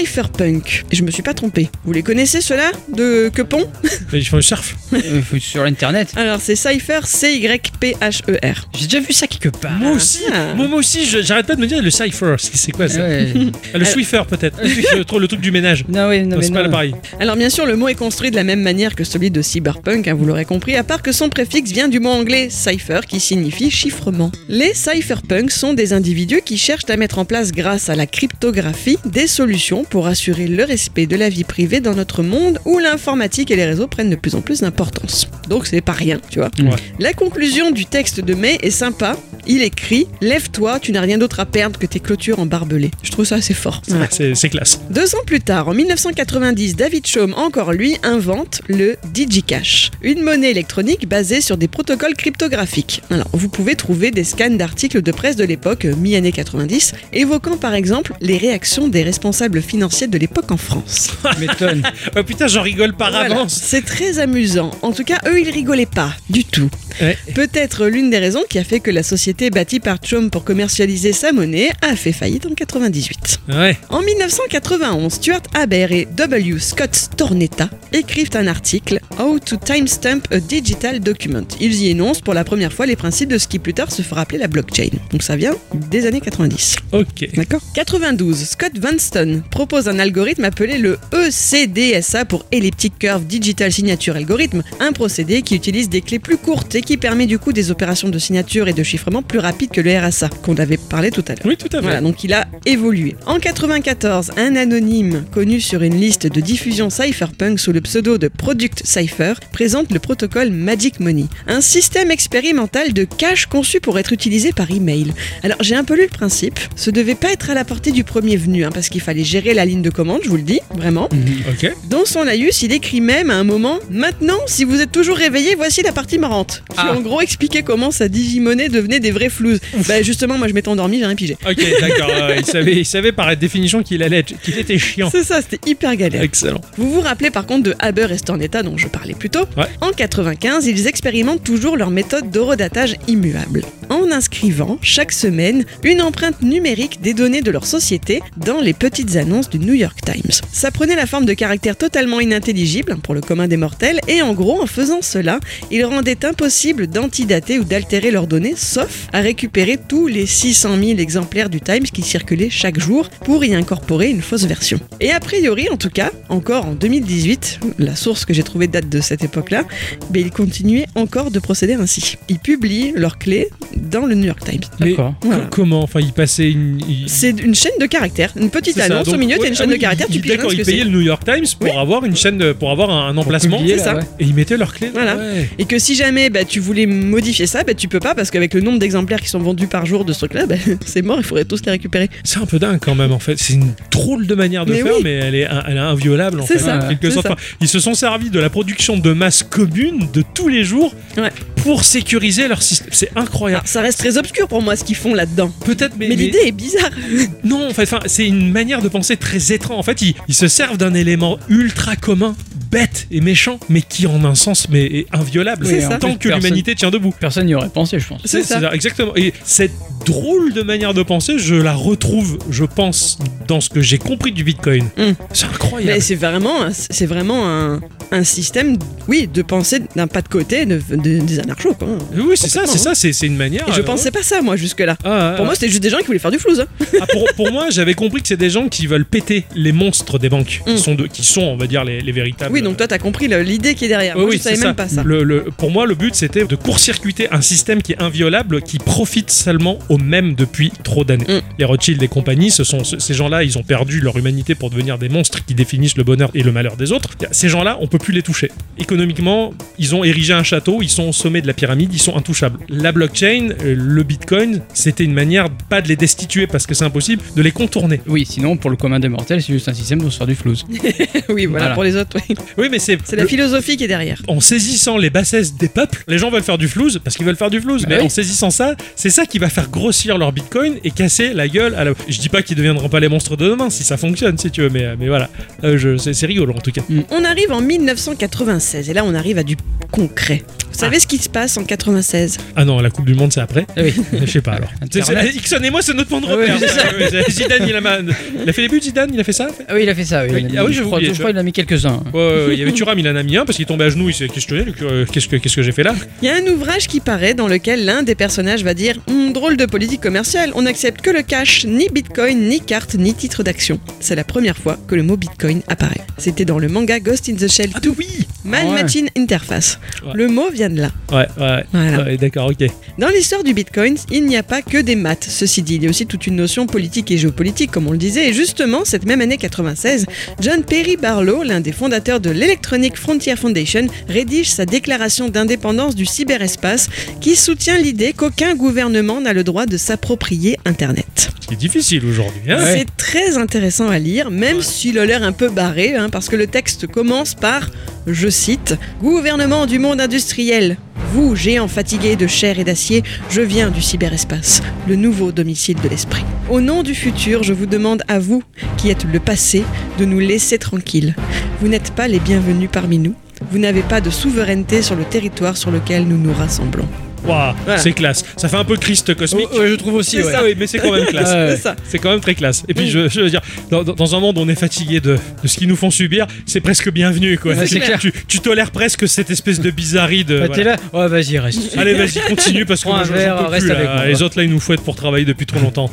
C: cypherpunk. Et je me suis pas trompé. Vous les connaissez ceux-là de Quepon
A: Mais Ils font le surf.
B: Euh, faut- sur internet.
C: Alors c'est cypher C Y P H E R.
B: J'ai déjà vu ça quelque part.
A: Moi aussi.
C: Ah.
A: Moi, moi aussi, je- j'arrête pas de me dire le cypher. C'est c'est quoi
B: Ah
A: ça
B: ouais.
A: Ah, Le Swiffer peut-être. le, tru- le truc du ménage.
B: non, oui, non,
A: Non,
B: mais
A: c'est pas
B: non.
A: pareil.
C: Alors bien sûr, le mot est construit de la même manière que celui de cyberpunk, hein, vous l'aurez compris, à part que son préfixe vient du mot anglais cipher qui signifie chiffrement. Les cypherpunks sont des individus qui cherchent à mettre en place grâce à la cryptographie des solutions pour assurer le respect de la vie privée dans notre monde où l'informatique et les réseaux prennent de plus en plus d'importance. Donc c'est pas rien, tu vois.
A: Ouais.
C: La conclusion du texte de May est sympa. Il écrit Lève-toi, tu n'as rien d'autre à perdre que tes clôtures en barbelés. Je trouve ça assez fort.
A: C'est c'est classe.
C: Deux ans plus tard, en 1990, David Chaume, encore lui, invente le DigiCash, une monnaie électronique basée sur des protocoles cryptographiques. Alors, vous pouvez trouver des scans d'articles de presse de l'époque, euh, mi-année 90, évoquant par exemple les réactions des responsables financiers de l'époque en France.
B: M'étonne.
A: Oh putain, j'en rigole par
C: Voilà.
A: avance.
C: C'est très amusant. En tout cas, eux, ils rigolaient pas du tout.
A: Ouais.
C: Peut-être l'une des raisons qui a fait que la société bâtie par Chaume pour commercialiser sa monnaie a fait faillite en 98.
A: Ouais.
C: En 1991, Stuart Haber et W. Scott Tornetta écrivent un article How to Timestamp a Digital Document. Ils y énoncent pour la première fois les principes de ce qui plus tard se fera appeler la blockchain. Donc ça vient des années 90.
A: Ok.
C: D'accord 92, Scott Vanston propose un algorithme appelé le E ECDSA pour Elliptic Curve Digital Signature Algorithm, un procédé qui utilise des clés plus courtes et qui permet du coup des opérations de signature et de chiffrement plus rapides que le RSA, qu'on avait parlé tout à l'heure.
A: Oui, tout à fait.
C: Voilà, donc il a évolué. En 94, un anonyme connu sur une liste de diffusion cypherpunk sous le pseudo de Product Cypher présente le protocole Magic Money, un système expérimental de cash conçu pour être utilisé par email. Alors j'ai un peu lu le principe, ce devait pas être à la portée du premier venu, hein, parce qu'il fallait gérer la ligne de commande, je vous le dis, vraiment.
A: Ok.
C: Dans son laïus, il écrit même à un moment Maintenant, si vous êtes toujours réveillé, voici la partie marrante. Qui
B: Ah.
C: en gros expliquait comment sa digimonnaie devenait des vrais flouses. bah justement, moi je m'étais endormi, j'ai rien pigé.
A: Ok, d'accord. ouais, il, savait, il savait par définition qu'il allait être- qu'il était chiant.
C: C'est ça, c'était hyper galère.
A: Excellent.
C: Vous vous rappelez par contre de Haber et Stornetta dont je parlais plus tôt
A: Ouais.
C: En 95, ils expérimentent toujours leur méthode de redatage immuable, en inscrivant chaque semaine une empreinte numérique des données de leur société dans les petites annonces du New York Times. Ça prenait la forme de caractères totalement inintelligibles pour le commun des mortels et en gros, en faisant cela, ils rendaient impossible d'antidater ou d'altérer leurs données, sauf à récupérer tous les 600 000 exemplaires du Times qui circulaient chaque jour pour y incorporer une fausse version. Et a priori, en tout cas, encore en 2018, la source que j'ai trouvée date de cette époque-là, mais ils continuaient encore de procéder ainsi. Ils publient leurs clés dans le New York Times.
A: Mais
B: D'accord.
A: co-
C: Voilà.
A: comment Enfin, il passait une. il-
C: C'est une chaîne de caractères, une petite
A: C'est ça,
C: annonce
A: donc,
C: au milieu, t'as
A: ouais,
C: une
A: ah
C: chaîne
A: oui,
C: de caractères,
A: il-
C: tu
A: il-
C: piges rien
A: D'accord,
C: ce que
A: ils
C: c'est.
A: payaient le New York Times pour avoir une chaîne, de- pour avoir un, un emplacement.
B: publier,
A: c'est
B: là,
A: ça.
B: ouais.
A: Et ils mettaient leurs clés.
C: Voilà.
A: Ouais.
C: Et que si jamais bah, tu voulais modifier ça, bah, tu peux pas parce qu'avec le nombre d'exemplaires qui sont vendus par jour de ce truc-là, bah, c'est mort, il faudrait tous les récupérer.
A: C'est un peu dingue quand même en fait. C'est une drôle de manière de
C: Mais
A: faire,
C: oui.
A: mais elle est, elle est inviolable en
C: C'est
A: fait.
C: ça,
A: en quelque
C: c'est
A: sorte.
C: ça.
A: Enfin, ils se sont servis de la production de masse commune de tous les jours
C: Ouais.
A: pour sécuriser leur système. C'est
C: Ah,
A: incroyable.
C: ça reste très obscur pour moi ce qu'ils font là-dedans.
A: Peut-être, mais,
C: Ah.
A: mais-
C: Mais, l'idée est bizarre.
A: non. Enfin, enfin, c'est une manière de penser très étrange. En fait, ils, ils se servent d'un élément ultra commun, bête et méchant, mais qui en un sens mais est inviolable.
C: C'est ça.
A: Tant
B: plus,
A: que
B: personne-
A: l'humanité tient debout.
B: Personne n'y aurait pensé, je pense.
C: C'est ça.
A: Exactement. Et cette drôle de manière de penser, je la retrouve, je pense, dans ce que j'ai compris du Bitcoin.
C: Mm.
A: C'est incroyable.
C: Mais c'est vraiment, un- c'est vraiment un, un système, oui, de penser d'un pas de côté de, de- des anarchos. Quoi.
A: Oui, c'est ça,
C: Complètement,
A: c'est ça, c'est c'est une manière.
C: Et je
A: euh,
C: pensais pas ça moi jusque-là.
A: Ah, ah,
C: Pour moi, c'était juste des gens qui voulaient faire du flouze. hein.
A: ah, pour, pour moi, j'avais compris que c'est des gens qui veulent péter les monstres des banques,
C: Mm.
A: qui, sont de- qui sont, on va dire, les, les véritables.
C: Oui, donc toi, t'as compris le- l'idée qui est derrière.
A: Ah, bah. Oui,
C: Ah, moi,
A: oui,
C: je savais
A: c'est
C: même pas ça.
A: Le- le- pour moi, le but, c'était de court-circuiter un système qui est inviolable, qui profite seulement aux au même depuis trop d'années.
C: Mm.
A: Les Rothschild et compagnie, ce sont ce- ces gens-là, ils ont perdu leur humanité pour devenir des monstres qui définissent le bonheur et le malheur des autres. Ces gens-là, on peut plus les toucher. Économiquement, ils ont érigé un château, ils sont au sommet de la pyramide, ils sont intouchables. La blockchain, euh, le Bitcoin, c'était une manière pas de les destituer parce que c'est impossible, de les contourner.
B: Oui, sinon, pour le commun des mortels, c'est juste un système pour se faire du flouze.
C: oui, voilà,
B: Voilà.
C: pour les autres, oui.
A: Oui, mais c'est
C: C'est la philosophie qui est derrière.
A: en saisissant les bassesses des peuples, les gens veulent faire du flouze parce qu'ils veulent faire du flouze.
B: Bah
A: mais
B: oui.
A: en saisissant ça, c'est ça qui va faire grossir leur bitcoin et casser la gueule à la. Je dis pas qu'ils deviendront pas les monstres de demain si ça fonctionne, si tu veux, mais, mais voilà. Euh, je- c'est c'est rigolo en tout cas.
C: On arrive en 1996 et là on arrive à du concret. Vous savez ce qui se passe en 96
A: Ah non, la Coupe du Monde c'est après.
B: Ah oui.
A: Je sais pas alors. C'est- c'est-
B: Internet.
A: Ixon et moi, c'est notre point de
B: Ah oui,
A: repère.
B: c'est ça.
A: Ouais, ouais, Zidane, il a, ma- il a fait les buts, Zidane, il a fait ça
B: Ah oui, il a fait ça. Oui.
A: Oui,
B: Il en
A: ah
B: a mis-
A: oui,
B: je,
A: j'avais
B: crois,
A: oublié,
B: je crois qu'il en a mis quelques-uns.
A: Ouais, ouais, ouais, il y avait Thuram, il en a mis un parce qu'il tombait à genoux, il s'est questionné, donc, euh, qu'est-ce que, qu'est-ce que j'ai fait là
C: Il y a un ouvrage qui paraît dans lequel l'un des personnages va dire Hum, drôle de politique commerciale, on n'accepte que le cash, ni bitcoin, ni carte, ni titre d'action. C'est la première fois que le mot bitcoin apparaît. C'était dans le manga Ghost in the Shell
B: Ah,
C: 2,
A: Ah, oui
C: Man
B: Ouais.
C: Machine Interface.
A: Ouais.
C: Le mot vient de là.
A: Ouais, ouais,
C: Voilà.
A: ouais, d'accord, ok.
C: Dans l'histoire du Bitcoin, il n'y a pas que des maths. Ceci dit, il y a aussi toute une notion politique et géopolitique, comme on le disait. Et justement, cette même année 96, John Perry Barlow, l'un des fondateurs de l'Electronic Frontier Foundation, rédige sa déclaration d'indépendance du cyberespace qui soutient l'idée qu'aucun gouvernement n'a le droit de s'approprier Internet.
A: Ce qui est difficile aujourd'hui, hein
B: Ouais.
C: C'est très intéressant à lire, même s'il a l'air un peu barré, hein, parce que le texte commence par, je cite, Gouvernement du monde industriel, vous, géants fatigués de chair et d'acier, je viens du cyberespace, le nouveau domicile de l'esprit. Au nom du futur, je vous demande à vous, qui êtes le passé, de nous laisser tranquilles. Vous n'êtes pas les bienvenus parmi nous. Vous n'avez pas de souveraineté sur le territoire sur lequel nous nous rassemblons.
A: Waouh,
C: Voilà.
A: c'est classe. Ça fait un peu Christ cosmique.
B: Ouais, je trouve aussi.
A: C'est ça, oui, mais c'est quand même classe.
B: Ah ouais.
C: C'est ça.
A: C'est quand même très classe.
B: Mm.
A: Et puis, je, je veux dire, dans, dans- dans un monde où on est fatigué de, de ce qu'ils nous font subir, c'est presque bienvenu, quoi.
B: Ouais, c'est clair.
A: Tu, tu tolères presque cette espèce de bizarrerie de.
B: Bah,
A: voilà.
B: T'es là Ouais, vas-y, reste.
A: Allez, vas-y, continue parce que
B: Prends
A: moi,
B: un
A: je- je
B: verre,
A: peux plus,
B: reste
A: là.
B: avec moi.
A: Les autres là, ils nous fouettent pour travailler depuis trop longtemps.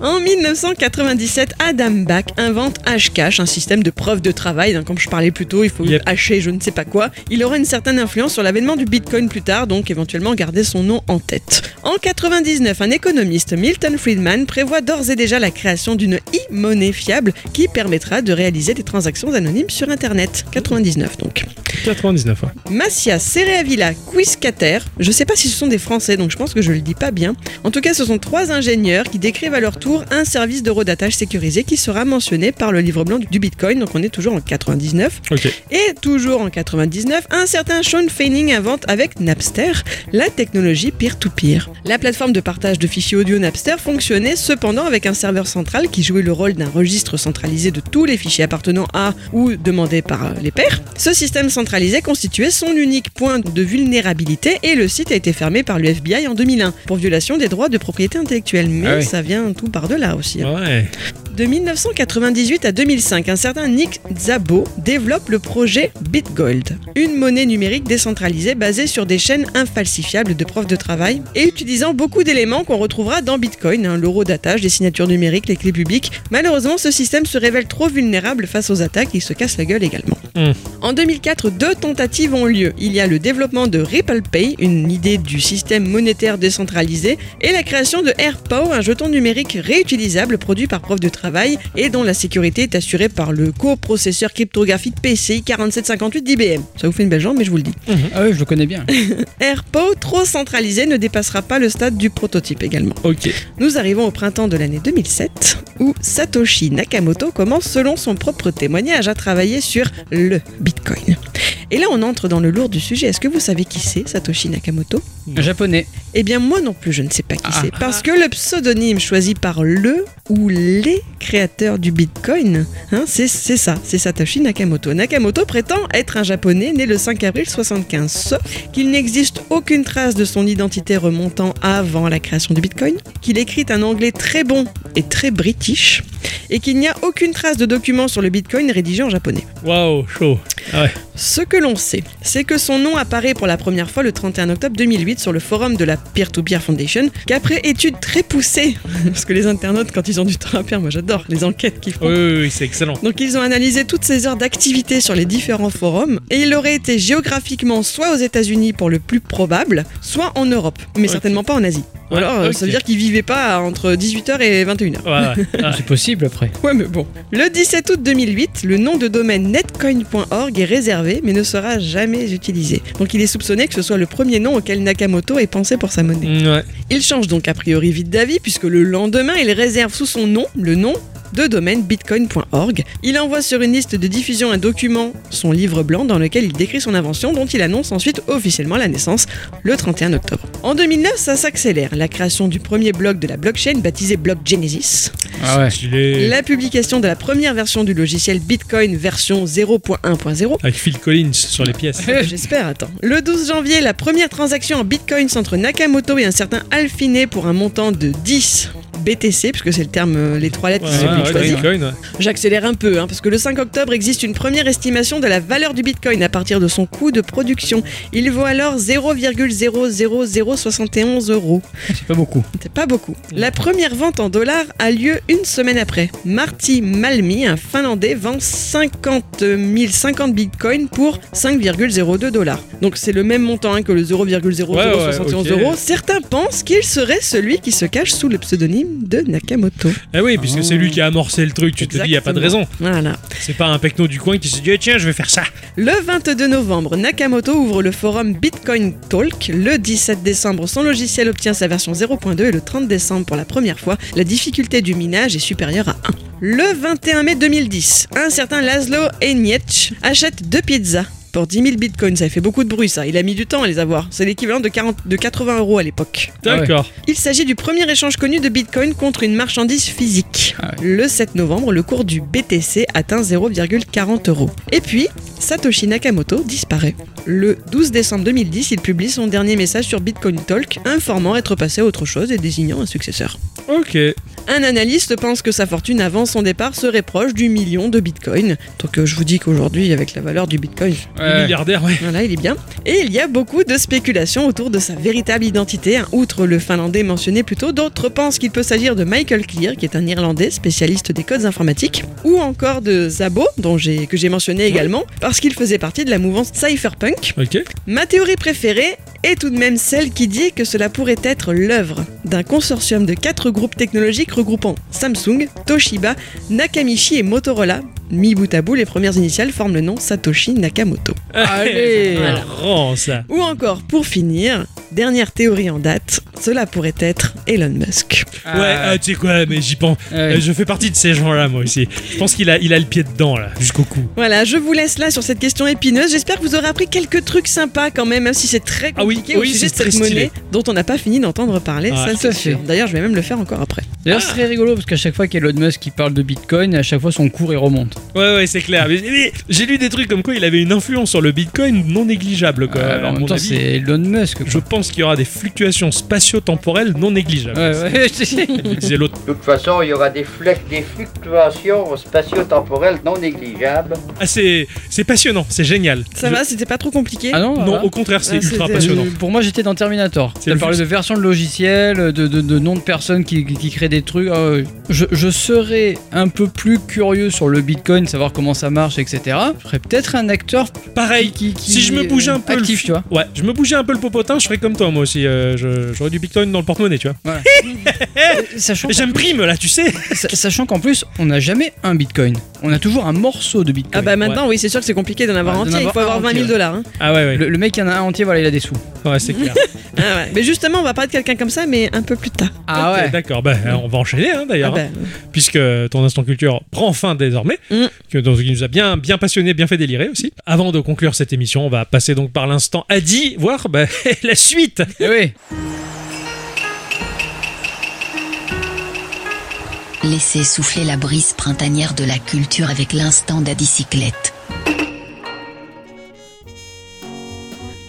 C: En 1997, Adam Back invente Hashcash, un système de preuve de travail. hein, Comme je parlais plus tôt, il faut
A: Yep.
C: hacher je ne sais pas quoi. Il aura une certaine influence sur l'avènement du Bitcoin plus tard, donc éventuellement garder son nom en tête. En 99, un économiste, Milton Friedman, prévoit d'ores et déjà la création d'une e-monnaie fiable qui permettra de réaliser des transactions anonymes sur Internet. 99 donc.
A: 99. ouais.
C: Macia, Cereavila, Quiscater, je sais pas si ce sont des Français, donc je pense que je le dis pas bien. En tout cas, ce sont trois ingénieurs qui décrivent à leur tour un service de redatage sécurisé qui sera mentionné par le livre blanc du Bitcoin, donc on est toujours en 99.
A: Ok.
C: Et toujours en 99, un certain Sean Feining invente avec Napster la technologie peer-to-peer. La plateforme de partage de fichiers audio Napster fonctionnait cependant avec un serveur central qui jouait le rôle d'un registre centralisé de tous les fichiers appartenant à ou demandés par euh, les pairs. Ce système centralisé constituait son unique point de vulnérabilité et le site a été fermé par le FBI en 2001 pour violation des droits de propriété intellectuelle. Mais
B: Ah oui.
C: ça vient tout par-delà aussi. hein.
A: Ouais.
C: De 1998 à 2005, un certain Nick Szabo développe le projet BitGold, une monnaie numérique décentralisée basée sur des chaînes infalsifiables de preuves de travail et utilisant beaucoup d'éléments qu'on retrouvera dans Bitcoin, hein, l'eurodatage, les signatures numériques, les clés publiques. Malheureusement, ce système se révèle trop vulnérable face aux attaques et il se casse la gueule également.
A: Hmm.
C: En 2004, deux tentatives ont lieu. Il y a le développement de Ripple Pay, une idée du système monétaire décentralisé, et la création de AirPow, un jeton numérique réutilisable produit par Prof de Travail et dont la sécurité est assurée par le coprocesseur cryptographique PCI 4758 d'IBM. Ça vous fait une belle jambe, mais je vous le dis.
B: Ah oui, je le connais bien.
C: AirPow, trop centralisé, ne dépassera pas le stade du prototype également.
A: Ok.
C: Nous arrivons au printemps de l'année 2007 où Satoshi Nakamoto commence, selon son propre témoignage, à travailler sur le Bitcoin. Et là, on entre dans le lourd du sujet. Est-ce que vous savez qui c'est, Satoshi Nakamoto
B: Un japonais.
C: Eh bien, moi non plus, je ne sais pas qui
B: Ah.
C: c'est. Parce que le pseudonyme choisi par le ou les créateurs du Bitcoin, hein, c'est c'est ça, c'est Satoshi Nakamoto. Nakamoto prétend être un japonais né le 5 avril 75, sauf qu'il n'existe aucune trace de son identité remontant avant la création du Bitcoin, qu'il écrit un anglais très bon et très british, et qu'il n'y a aucune trace de document sur le bitcoin rédigé en japonais.
A: Waouh, chaud. Ah ouais.
C: Ce que l'on sait, c'est que son nom apparaît pour la première fois le 31 octobre 2008 sur le forum de la Peer-to-Peer Foundation, qu'après étude très poussée, parce que les internautes, quand ils ont du temps à perdre, moi j'adore les enquêtes qu'ils
B: Oh.
C: font.
A: Oui, oui, oui, c'est excellent.
C: Donc ils ont analysé toutes ces heures d'activité sur les différents forums et il aurait été géographiquement soit aux États-Unis pour le plus probable, soit en Europe, mais
A: Ok.
C: certainement pas en Asie. Ou
A: Ouais,
C: alors euh,
A: ok.
C: ça veut dire qu'il vivait pas entre 18h et 21h.
A: Ouais, ouais, ouais.
B: C'est possible après.
C: Ouais, mais bon. Le 17 août 2008, le nom de domaine netcoin.org est réservé mais ne sera jamais utilisé. Donc il est soupçonné que ce soit le premier nom auquel Nakamoto ait pensé pour sa monnaie.
A: Mm, ouais.
C: Il change donc a priori vite d'avis puisque le lendemain, il réserve sous son nom le nom de domaine bitcoin.org. Il envoie sur une liste de diffusion un document, son livre blanc, dans lequel il décrit son invention dont il annonce ensuite officiellement la naissance le 31 octobre. En 2009, ça s'accélère. La création du premier blog de la blockchain baptisé Block Genesis,
B: Ah ouais.
A: Stylé.
C: la publication de la première version du logiciel Bitcoin version 0.1.0,
A: Avec Phil Collins sur les pièces.
C: J'espère, attends. Le 12 janvier, la première transaction en bitcoins entre Nakamoto et un certain Alfiné pour un montant de 10 BTC, puisque c'est le terme, euh, les trois lettres
A: Ouais,
C: qui sont
A: ouais,
C: obligées de
A: ouais,
C: choisir.
A: Bitcoin, ouais.
C: J'accélère un peu, hein, parce que le 5 octobre existe une première estimation de la valeur du bitcoin à partir de son coût de production. Il vaut alors 0,00071 euros.
B: C'est pas beaucoup.
C: C'est pas beaucoup. La première vente en dollars a lieu une semaine après. Marty Malmi, un Finlandais, vend 50 000 50 bitcoins pour 5,02 dollars. Donc c'est le même montant hein, que le 0,0071
A: Ouais, ouais, ok.
C: euros. Certains pensent qu'il serait celui qui se cache sous le pseudonyme de Nakamoto.
A: Eh oui, puisque c'est
B: Ah.
A: lui qui a amorcé le truc, tu te dis, il a pas de raraison.
C: Voilà.
A: C'est pas un pecno du coin qui s'est dit, Eh, tiens, je vais faire ça.
C: Le 22 novembre, Nakamoto ouvre le forum Bitcoin Talk. Le 17 décembre, son logiciel obtient sa version 0.2 et le 30 décembre, pour la première fois, la difficulté du minage est supérieure à 1. Le 21 mai 2010, un certain Laszlo Enietch achète deux pizzas. Pour 10 000 bitcoins, ça fait beaucoup de bruit ça. Il a mis du temps à les avoir. C'est l'équivalent de, 40 de 80 euros à l'époque.
B: Ah ouais.
A: D'accord.
C: Il s'agit du premier échange connu de Bitcoin contre une marchandise physique.
B: Ah
C: Le 7 novembre, le cours du BTC atteint 0,40 euros. Et puis, Satoshi Nakamoto disparaît. Le 12 décembre 2010, il publie son dernier message sur Bitcoin Talk, informant être passé à autre chose et désignant un successeur.
A: Ok.
C: Un analyste pense que sa fortune avant son départ serait proche du million de Bitcoin. Donc euh, je vous dis qu'aujourd'hui, avec la valeur du Bitcoin,
A: Le
B: Ouais.
A: Milliardaire, ouais.
C: voilà, il est bien. Et il y a beaucoup de spéculations autour de sa véritable identité. hein. Outre le Finlandais mentionné plus tôt, d'autres pensent qu'il peut s'agir de Michael Clear, qui est un Irlandais spécialiste des codes informatiques, ou encore de Zabo, dont j'ai, que j'ai mentionné également, parce qu'il faisait partie de la mouvance cypherpunk.
A: Ok.
C: Ma théorie préférée est tout de même celle qui dit que cela pourrait être l'œuvre d'un consortium de quatre groupes technologiques regroupant Samsung, Toshiba, Nakamichi et Motorola. Mis bout à bout, les premières initiales forment le nom Satoshi Nakamoto.
B: Allez.
A: C'est marrant, ça.
C: Ou encore, pour finir, dernière théorie en date, cela pourrait être Elon Musk.
A: Ouais, ah, tu sais quoi, mais j'y pense. Euh, Je fais partie de ces gens-là, moi aussi. Je pense qu'il a, il a le pied dedans, là, jusqu'au cou.
C: Voilà, je vous laisse là sur cette question épineuse. J'espère que vous aurez appris quelques trucs sympas quand même, même si c'est très
A: Ah oui,
C: compliqué
A: oui,
C: au sujet de
A: c'est très
C: cette
A: stylé.
C: monnaie dont on n'a pas fini d'entendre parler.
A: Ah,
C: ça,
B: tout à
C: c'est
B: fait.
C: sûr. D'ailleurs, je vais même le faire encore après.
B: D'ailleurs, c'est très rigolo parce qu'à chaque fois qu'Elon Musk il parle de Bitcoin, à chaque fois son cours il remonte.
A: Ouais, ouais, c'est clair. Mais, mais j'ai lu des trucs comme quoi il avait une influence sur le bitcoin non négligeable, quoi.
B: Euh,
A: à
B: en
A: mon
B: même temps,
A: avis.
B: c'est Elon Musk. quoi.
A: Je pense qu'il y aura des fluctuations spatio-temporelles non négligeables.
B: Ouais, ouais, je sais.
A: C'est l'autre.
F: De toute façon, il y aura des, flex- des fluctuations spatio-temporelles non négligeables.
A: Ah, c'est, c'est passionnant, c'est génial.
C: Ça
A: Je-
C: va, c'était pas trop compliqué.
B: Ah non,
A: Non,
B: voilà.
A: au contraire, c'est
C: Ah, c'est-
A: ultra
C: c'est-
A: passionnant.
B: Euh, Pour moi, j'étais dans Terminator.
A: C'est
B: Tu
A: le
B: parlé de
A: fixe.
B: version de logiciel, de, de, de nom de personnes qui, qui, qui créent des trucs. Ah ouais. je, je serais un peu plus curieux sur le Bitcoin, savoir comment ça marche, etc. Je serais peut-être un acteur
A: Pareil,
B: qui, qui-
A: si je me
B: qui est
A: bougeais un peu le-
B: actif, tu vois.
A: Ouais, je me bougeais un peu le popotin, je ferais comme toi moi aussi. euh, je- j'aurais du bitcoin dans le porte-monnaie, tu vois.
B: Et Euh, Sachant
A: Et j'aime prime là, tu sais.
B: Sa- Sachant qu'en plus, on n'a jamais un bitcoin. On a toujours un morceau de bitcoin.
C: Ah bah maintenant, oui, c'est sûr que c'est compliqué d'en avoir
B: Ouais, d'en
C: entier. Il faut
B: avoir
C: avoir
B: un
C: 20 000
B: entier,
C: dollars. hein.
A: Ah ouais,
B: Ouais.
A: ouais.
B: Le, le mec, il y en a un entier, voilà, il a des sous.
A: Ouais, c'est clair.
C: Ah ouais. Mais justement, on va parler de quelqu'un comme ça, mais un peu plus tard.
B: Ah
A: Ok,
B: ouais.
A: D'accord, bah, euh, on va enchaîner hein,
C: Ah
A: d'ailleurs,
C: bah,
A: hein, puisque ton instant culture prend fin désormais,
C: Mm.
A: que, donc, il nous a bien, bien passionné, bien fait délirer aussi. Avant de conclure cette émission, on va passer donc par l'instant Adi, voir bah, la suite.
B: Eh oui.
G: Laissez souffler la brise printanière de la culture avec l'instant d'adicyclette.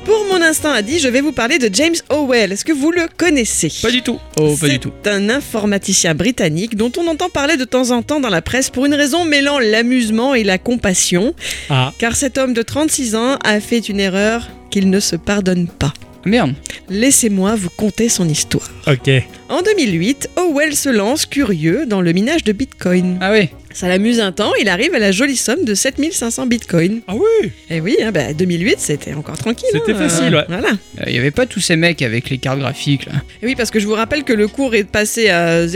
C: Pour mon l'instant a dit, je vais vous parler de James Howell. Est-ce que vous le connaissez
A: Pas du tout.
B: Oh, pas du tout.
C: C'est un informaticien britannique dont on entend parler de temps en temps dans la presse pour une raison mêlant l'amusement et la compassion,
A: Ah,
C: car cet homme de 36 ans a fait une erreur qu'il ne se pardonne pas.
B: Merde.
C: Laissez-moi vous conter son histoire.
A: ok.
C: En 2008, Howell se lance curieux dans le minage de Bitcoin.
B: Ah oui.
C: Ça l'amuse un temps, il arrive à la jolie somme de 7500 Bitcoin.
A: Ah oui
C: Et oui, hein, bah, 2008, c'était encore tranquille.
A: C'était
C: hein,
A: facile, ouais.
C: Voilà.
B: Euh, Il y avait pas tous ces mecs avec les cartes graphiques là.
C: Et oui, parce que je vous rappelle que le cours est passé à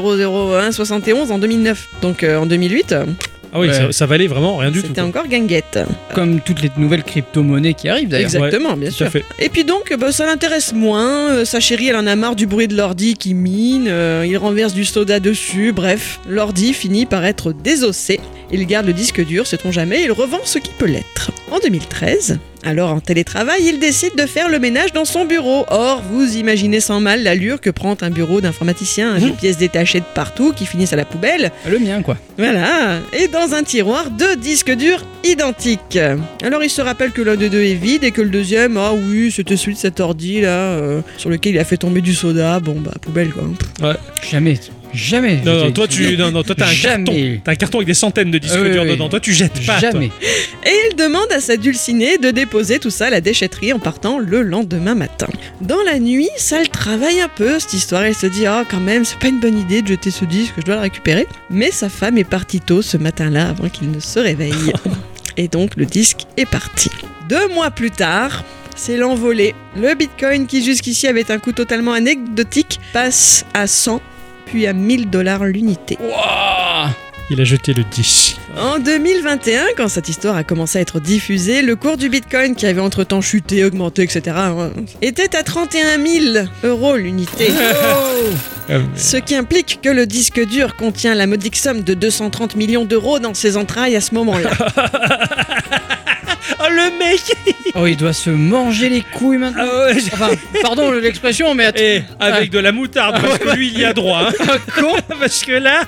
C: 0,00171 en 2009. Donc euh, en 2008, euh,
A: Ah oui,
B: Ouais.
A: ça, ça valait vraiment rien du tout.
C: c'était
A: quoi.
C: encore ganguette.
A: Euh.
B: Comme toutes les nouvelles crypto-monnaies qui arrivent d'ailleurs.
C: Exactement, bien
A: Tout à
C: sûr.
A: fait.
C: Et puis donc, bah, ça l'intéresse moins. euh, Sa chérie, elle en a marre du bruit de l'ordi qui mine. euh, il renverse du soda dessus. Bref, l'ordi finit par être désossé. Il garde le disque dur, sait-on jamais, et il revend ce qui peut l'être. En 2013, alors en télétravail, il décide de faire le ménage dans son bureau. Or, vous imaginez sans mal l'allure que prend un bureau d'informaticien, avec des pièces détachées de partout qui finissent à la poubelle.
B: Le mien quoi.
C: Voilà, et dans un tiroir, deux disques durs identiques. Alors il se rappelle que l'un des deux est vide et que le deuxième, ah oui, c'était celui de cet ordi là, euh, sur lequel il a fait tomber du soda, bon bah poubelle quoi.
B: Jamais. Jamais.
A: Non,
B: Je
A: non,
B: t'ai
A: toi,
B: dit.
A: tu, non, non, toi, t'as un
B: Jamais.
A: carton. T'as un carton avec des centaines de disques
B: Ah oui,
A: durs
B: oui.
A: dedans. Toi, tu jettes pas. toi.
B: Jamais.
C: Et il demande à sa dulcinée de déposer tout ça à la déchetterie en partant le lendemain matin. Dans la nuit, ça le travaille un peu cette histoire, il se dit, ah quand même, c'est pas une bonne idée de jeter ce disque, je dois le récupérer. Mais sa femme est partie tôt ce matin-là avant qu'il ne se réveille. Et donc le disque est parti. Deux mois plus tard, c'est l'envolée. Le bitcoin, qui jusqu'ici avait un coût totalement anecdotique, passe à 100 puis à 1000 dollars l'unité.
B: Wouah
A: Il a jeté le disque.
C: En 2021, quand cette histoire a commencé à être diffusée, le cours du bitcoin, qui avait entre-temps chuté, augmenté, etc., hein, était à 31 000 euros l'unité.
A: Euh,
C: Ce qui implique que le disque dur contient la modique somme de 230 millions d'euros dans ses entrailles à ce moment-là.
A: Oh le mec
B: Oh, il doit se manger les couilles maintenant.
A: Ah ouais, j'ai-
B: Enfin, pardon l'expression, mais attends.
A: Eh, avec de la moutarde, parce que lui, il y a droit. hein.
C: Ah,
A: parce que là.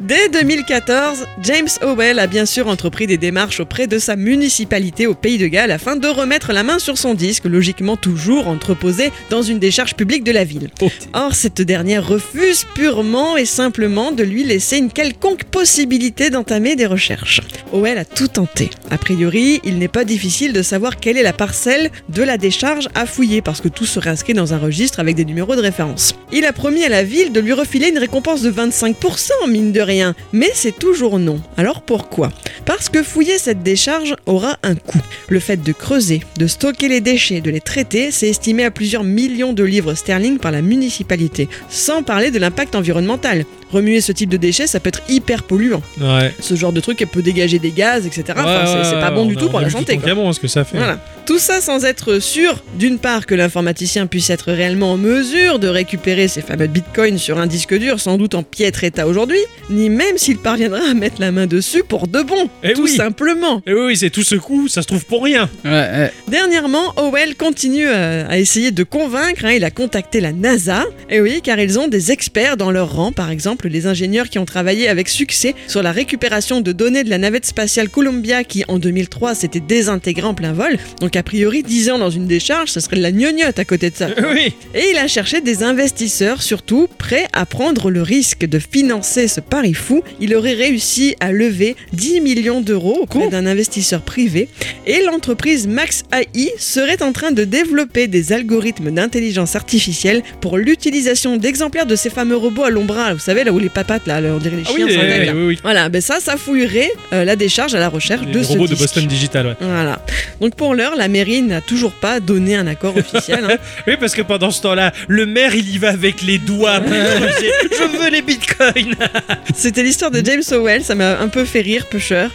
C: Dès 2014, James Howell a bien sûr entrepris des démarches auprès de sa municipalité au Pays de Galles afin de remettre la main sur son disque, logiquement toujours entreposé dans une décharge publique de la ville.
A: Oh.
C: Or, cette dernière refuse purement et simplement de lui laisser une quelconque possibilité d'entamer des recherches. Howell a tout tenté. A priori, il n'est pas difficile de savoir quelle est la parcelle de la décharge à fouiller, parce que tout serait inscrit dans un registre avec des numéros de référence. Il a promis à la ville de lui refiler une récompense de 25%, mine de rien, mais c'est toujours non. Alors pourquoi Parce que fouiller cette décharge aura un coût. Le fait de creuser, de stocker les déchets, de les traiter, c'est estimé à plusieurs millions de livres sterling par la municipalité, sans parler de l'impact environnemental. Remuer ce type de déchets, ça peut être hyper polluant.
A: Ouais.
C: Ce genre de truc elle peut dégager des gaz, etc. Enfin, c'est- c'est pas bon du tout pour la santé. quoi.
A: ce que ça fait.
C: Voilà. Tout ça sans être sûr, d'une part, que l'informaticien puisse être réellement en mesure de récupérer ces fameux bitcoins sur un disque dur, sans doute en piètre état aujourd'hui, ni même s'il parviendra à mettre la main dessus pour de bon.
A: Eh
C: tout
A: oui.
C: simplement.
A: Et oui, oui, c'est tout ce coup, ça se trouve pour rien.
B: Ah, Ouais, ouais.
C: Dernièrement, Howell continue euh, à essayer de convaincre. hein, il a contacté la NASA. Et oui, car ils ont des experts dans leur rang, par exemple les ingénieurs qui ont travaillé avec succès sur la récupération de données de la navette spatiale Columbia qui, en 2003, s'était désintégrée en plein vol. Donc, a priori, 10 ans dans une décharge, ça serait de la gnognotte à côté de ça.
A: Eh oui.
C: Et il a cherché des investisseurs, surtout prêts à prendre le risque de financer ce pari fou. Il aurait réussi à lever 10 millions d'euros auprès d'un investisseur privé. Et l'entreprise Max AI serait en train de développer des algorithmes d'intelligence artificielle pour l'utilisation d'exemplaires de ces fameux robots à l'ombra. Vous savez, là où les papates, là, on dirait les
A: Ah
C: chiens
A: oui,
C: sans tête,
A: eh,
C: là.
A: oui, oui.
C: Voilà, ben ça, ça fouillerait euh, la décharge à la recherche de
A: Les
C: ce
A: robots de
C: disque.
A: Boston Digital, ouais.
C: Voilà. Donc pour l'heure, la mairie n'a toujours pas donné un accord officiel. hein.
A: Oui, parce que pendant ce temps-là, le maire, il y va avec les
C: Ah
A: doigts. pour
C: bah,
A: creuser. Je veux les bitcoins.
C: C'était l'histoire
A: Mm.
C: de James Howell, ça m'a un peu fait rire, Pusher.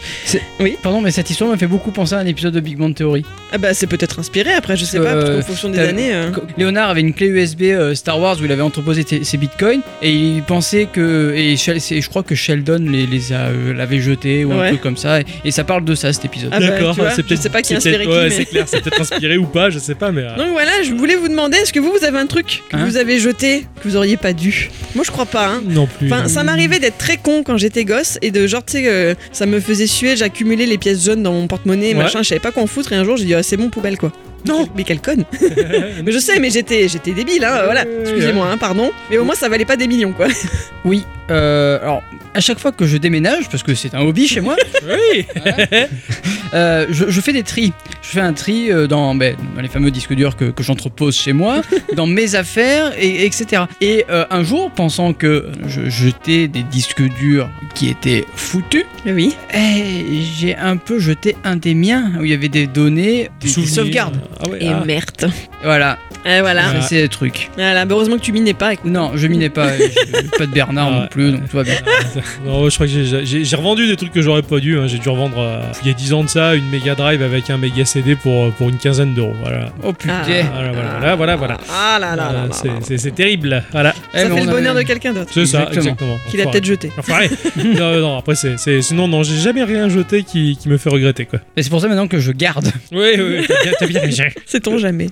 B: Pardon, mais cette histoire m'a fait beaucoup penser à un épisode de Big Bang Theory.
A: Hein
C: Ah bah c'est peut-être inspiré après, je sais
B: Euh,
C: pas, parce qu'en fonction des
B: t'as-
C: années. euh,
B: Co- Léonard avait une clé USB euh, Star Wars où il avait entreposé t- ses bitcoins et il pensait que. Et Shel- c'est- je crois que Sheldon les, les a, euh, l'avait jeté ou un
C: Ouais.
B: truc comme ça. Et, et ça parle de ça cet épisode.
C: Ah bah,
A: D'accord,
C: tu vois,
A: c'est
C: je
A: peut-être-
C: sais pas qui
A: c'est
C: a inspiré
A: peut-être-
C: qui,
A: ouais,
C: mais-
A: c'est clair, c'est peut-être inspiré ou pas, je sais pas, mais. euh,
C: Donc voilà, je voulais vous demander, est-ce que vous, vous avez un truc que
B: Hein
C: vous avez jeté, que vous auriez pas dû Moi, je crois pas, hein.
A: Non plus.
C: Enfin, ça m'arrivait d'être très con quand j'étais gosse et de genre, tu sais, euh, ça me faisait suer, j'accumulais les pièces jaunes dans mon porte-monnaie,
A: Ouais.
C: machin, je savais pas quoi en foutre et un jour j'ai dit, ah, c'est bon, poubelle quoi.
A: Non.
C: Mais quelle conne Mais
A: mais
C: je sais, mais j'étais j'étais débile, hein, voilà. Excusez-moi, hein, pardon. Mais au moins, ça valait pas des millions quoi.
B: Oui, euh, alors à chaque fois que je déménage, parce que c'est un hobby chez moi,
A: Oui
B: euh, je, je fais des tris. Je fais un tri euh, dans, ben, dans les fameux disques durs que, que j'entrepose chez moi, dans mes affaires, et, etc. Et euh, un jour, pensant que je jetais des disques durs qui étaient foutus,
C: Oui.
B: eh, j'ai un peu jeté un des miens où il y avait des données, des, des
A: Souvenirs.
B: sauvegardes.
A: Ah ouais,
C: Et
A: ah.
C: merde.
B: Voilà,
C: Et Euh,
B: ça
C: voilà.
B: c'est le truc.
C: Voilà, bah, heureusement que tu minais pas. écoute.
B: Non, je minais pas, je- pas de Bernard
A: Ah
B: non
A: ouais.
B: plus, donc tout va bien.
A: Non, je crois que j'ai- j'ai j'ai revendu des trucs que j'aurais pas dû. hein. J'ai dû revendre euh, il y a 10 ans de ça une Mega Drive avec un Mega CD pour, euh, pour une quinzaine d'euros. Voilà.
B: Oh putain.
A: Voilà, voilà, voilà, voilà, voilà.
C: Eh. Ah là là là
A: Euh,
C: là.
A: c'est- c'est- C'est terrible. Voilà,
B: Eh,
C: Ça
B: mais
C: fait
B: on
C: le bonheur
B: avait-
C: de quelqu'un d'autre.
A: c'est ça,
B: Exactement.
A: exactement.
C: Qu'il a
A: Enfoiré.
C: peut-être jeté.
A: Enfoiré. non, non, après, c'est. c'est- Sinon, non, j'ai jamais rien jeté qui, qui me fait regretter, quoi.
B: Et c'est pour ça maintenant que je garde.
A: Oui, oui, t'as bien, t'as bien raison.
C: Sait-on jamais.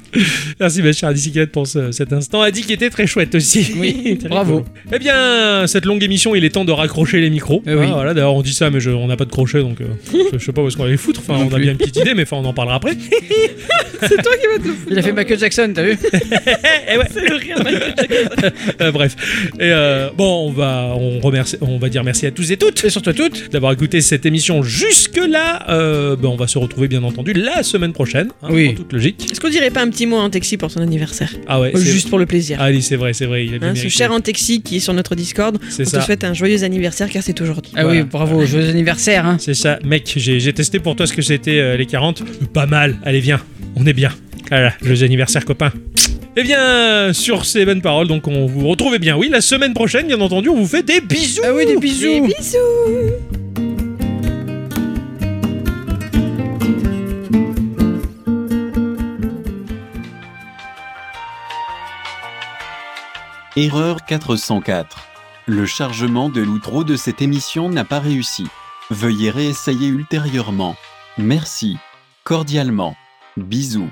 A: Merci, ma chère Adicyclette, pour ce- cet instant. Adi qui était très chouette aussi.
B: Oui,
A: Très
B: bravo.
A: cool. Eh bien, cette longue émission, il est temps de raccrocher les micros.
B: Eh oui.
A: Ah, voilà, d'ailleurs, on dit ça, mais je- on n'a pas de crochet, donc euh, je, je sais pas où est-ce qu'on va les foutre. Enfin,
B: Non
A: on a
B: plus.
A: bien une petite idée, mais enfin, on en parlera après.
C: bah, C'est toi qui vas te le foutre.
B: Il a fait Michael Jackson, t'as vu
A: Eh, eh ouais.
C: C'est le rire.
A: Euh, bref. Et euh, bon, on va, on, remercie, on va dire merci à tous et toutes
B: Et sur toi toutes
A: d'avoir écouté cette émission jusque-là. Euh, ben, on va se retrouver, bien entendu, la semaine prochaine, hein,
B: Oui.
A: en toute logique.
C: Est-ce qu'on dirait pas un petit mot à Antexi pour son anniversaire Oh,
A: Ah
B: Oh,
A: ouais, c'est-
C: Juste pour le plaisir.
A: Ah oui, c'est vrai, c'est vrai. Il a bien
C: Hein, ce
A: mérité.
C: cher Antexi qui est sur notre Discord,
A: C'est
C: on te
A: ça.
C: souhaite un joyeux anniversaire car c'est aujourd'hui.
B: Ah
A: Voilà.
B: oui, bravo, joyeux anniversaire. Hein.
A: C'est ça, mec, j'ai j'ai testé pour toi ce que c'était euh, les 40. Pas mal, allez viens, on est bien. Voilà, joyeux anniversaire copain. Eh bien, sur ces bonnes paroles, donc on vous retrouve eh bien, oui, la semaine prochaine, bien entendu, on vous fait des bisous.
B: Ah oui, des
C: Des
B: bisous.
C: bisous
H: Erreur 404. Le chargement de l'outro de cette émission n'a pas réussi. Veuillez réessayer ultérieurement. Merci. Cordialement. Bisous.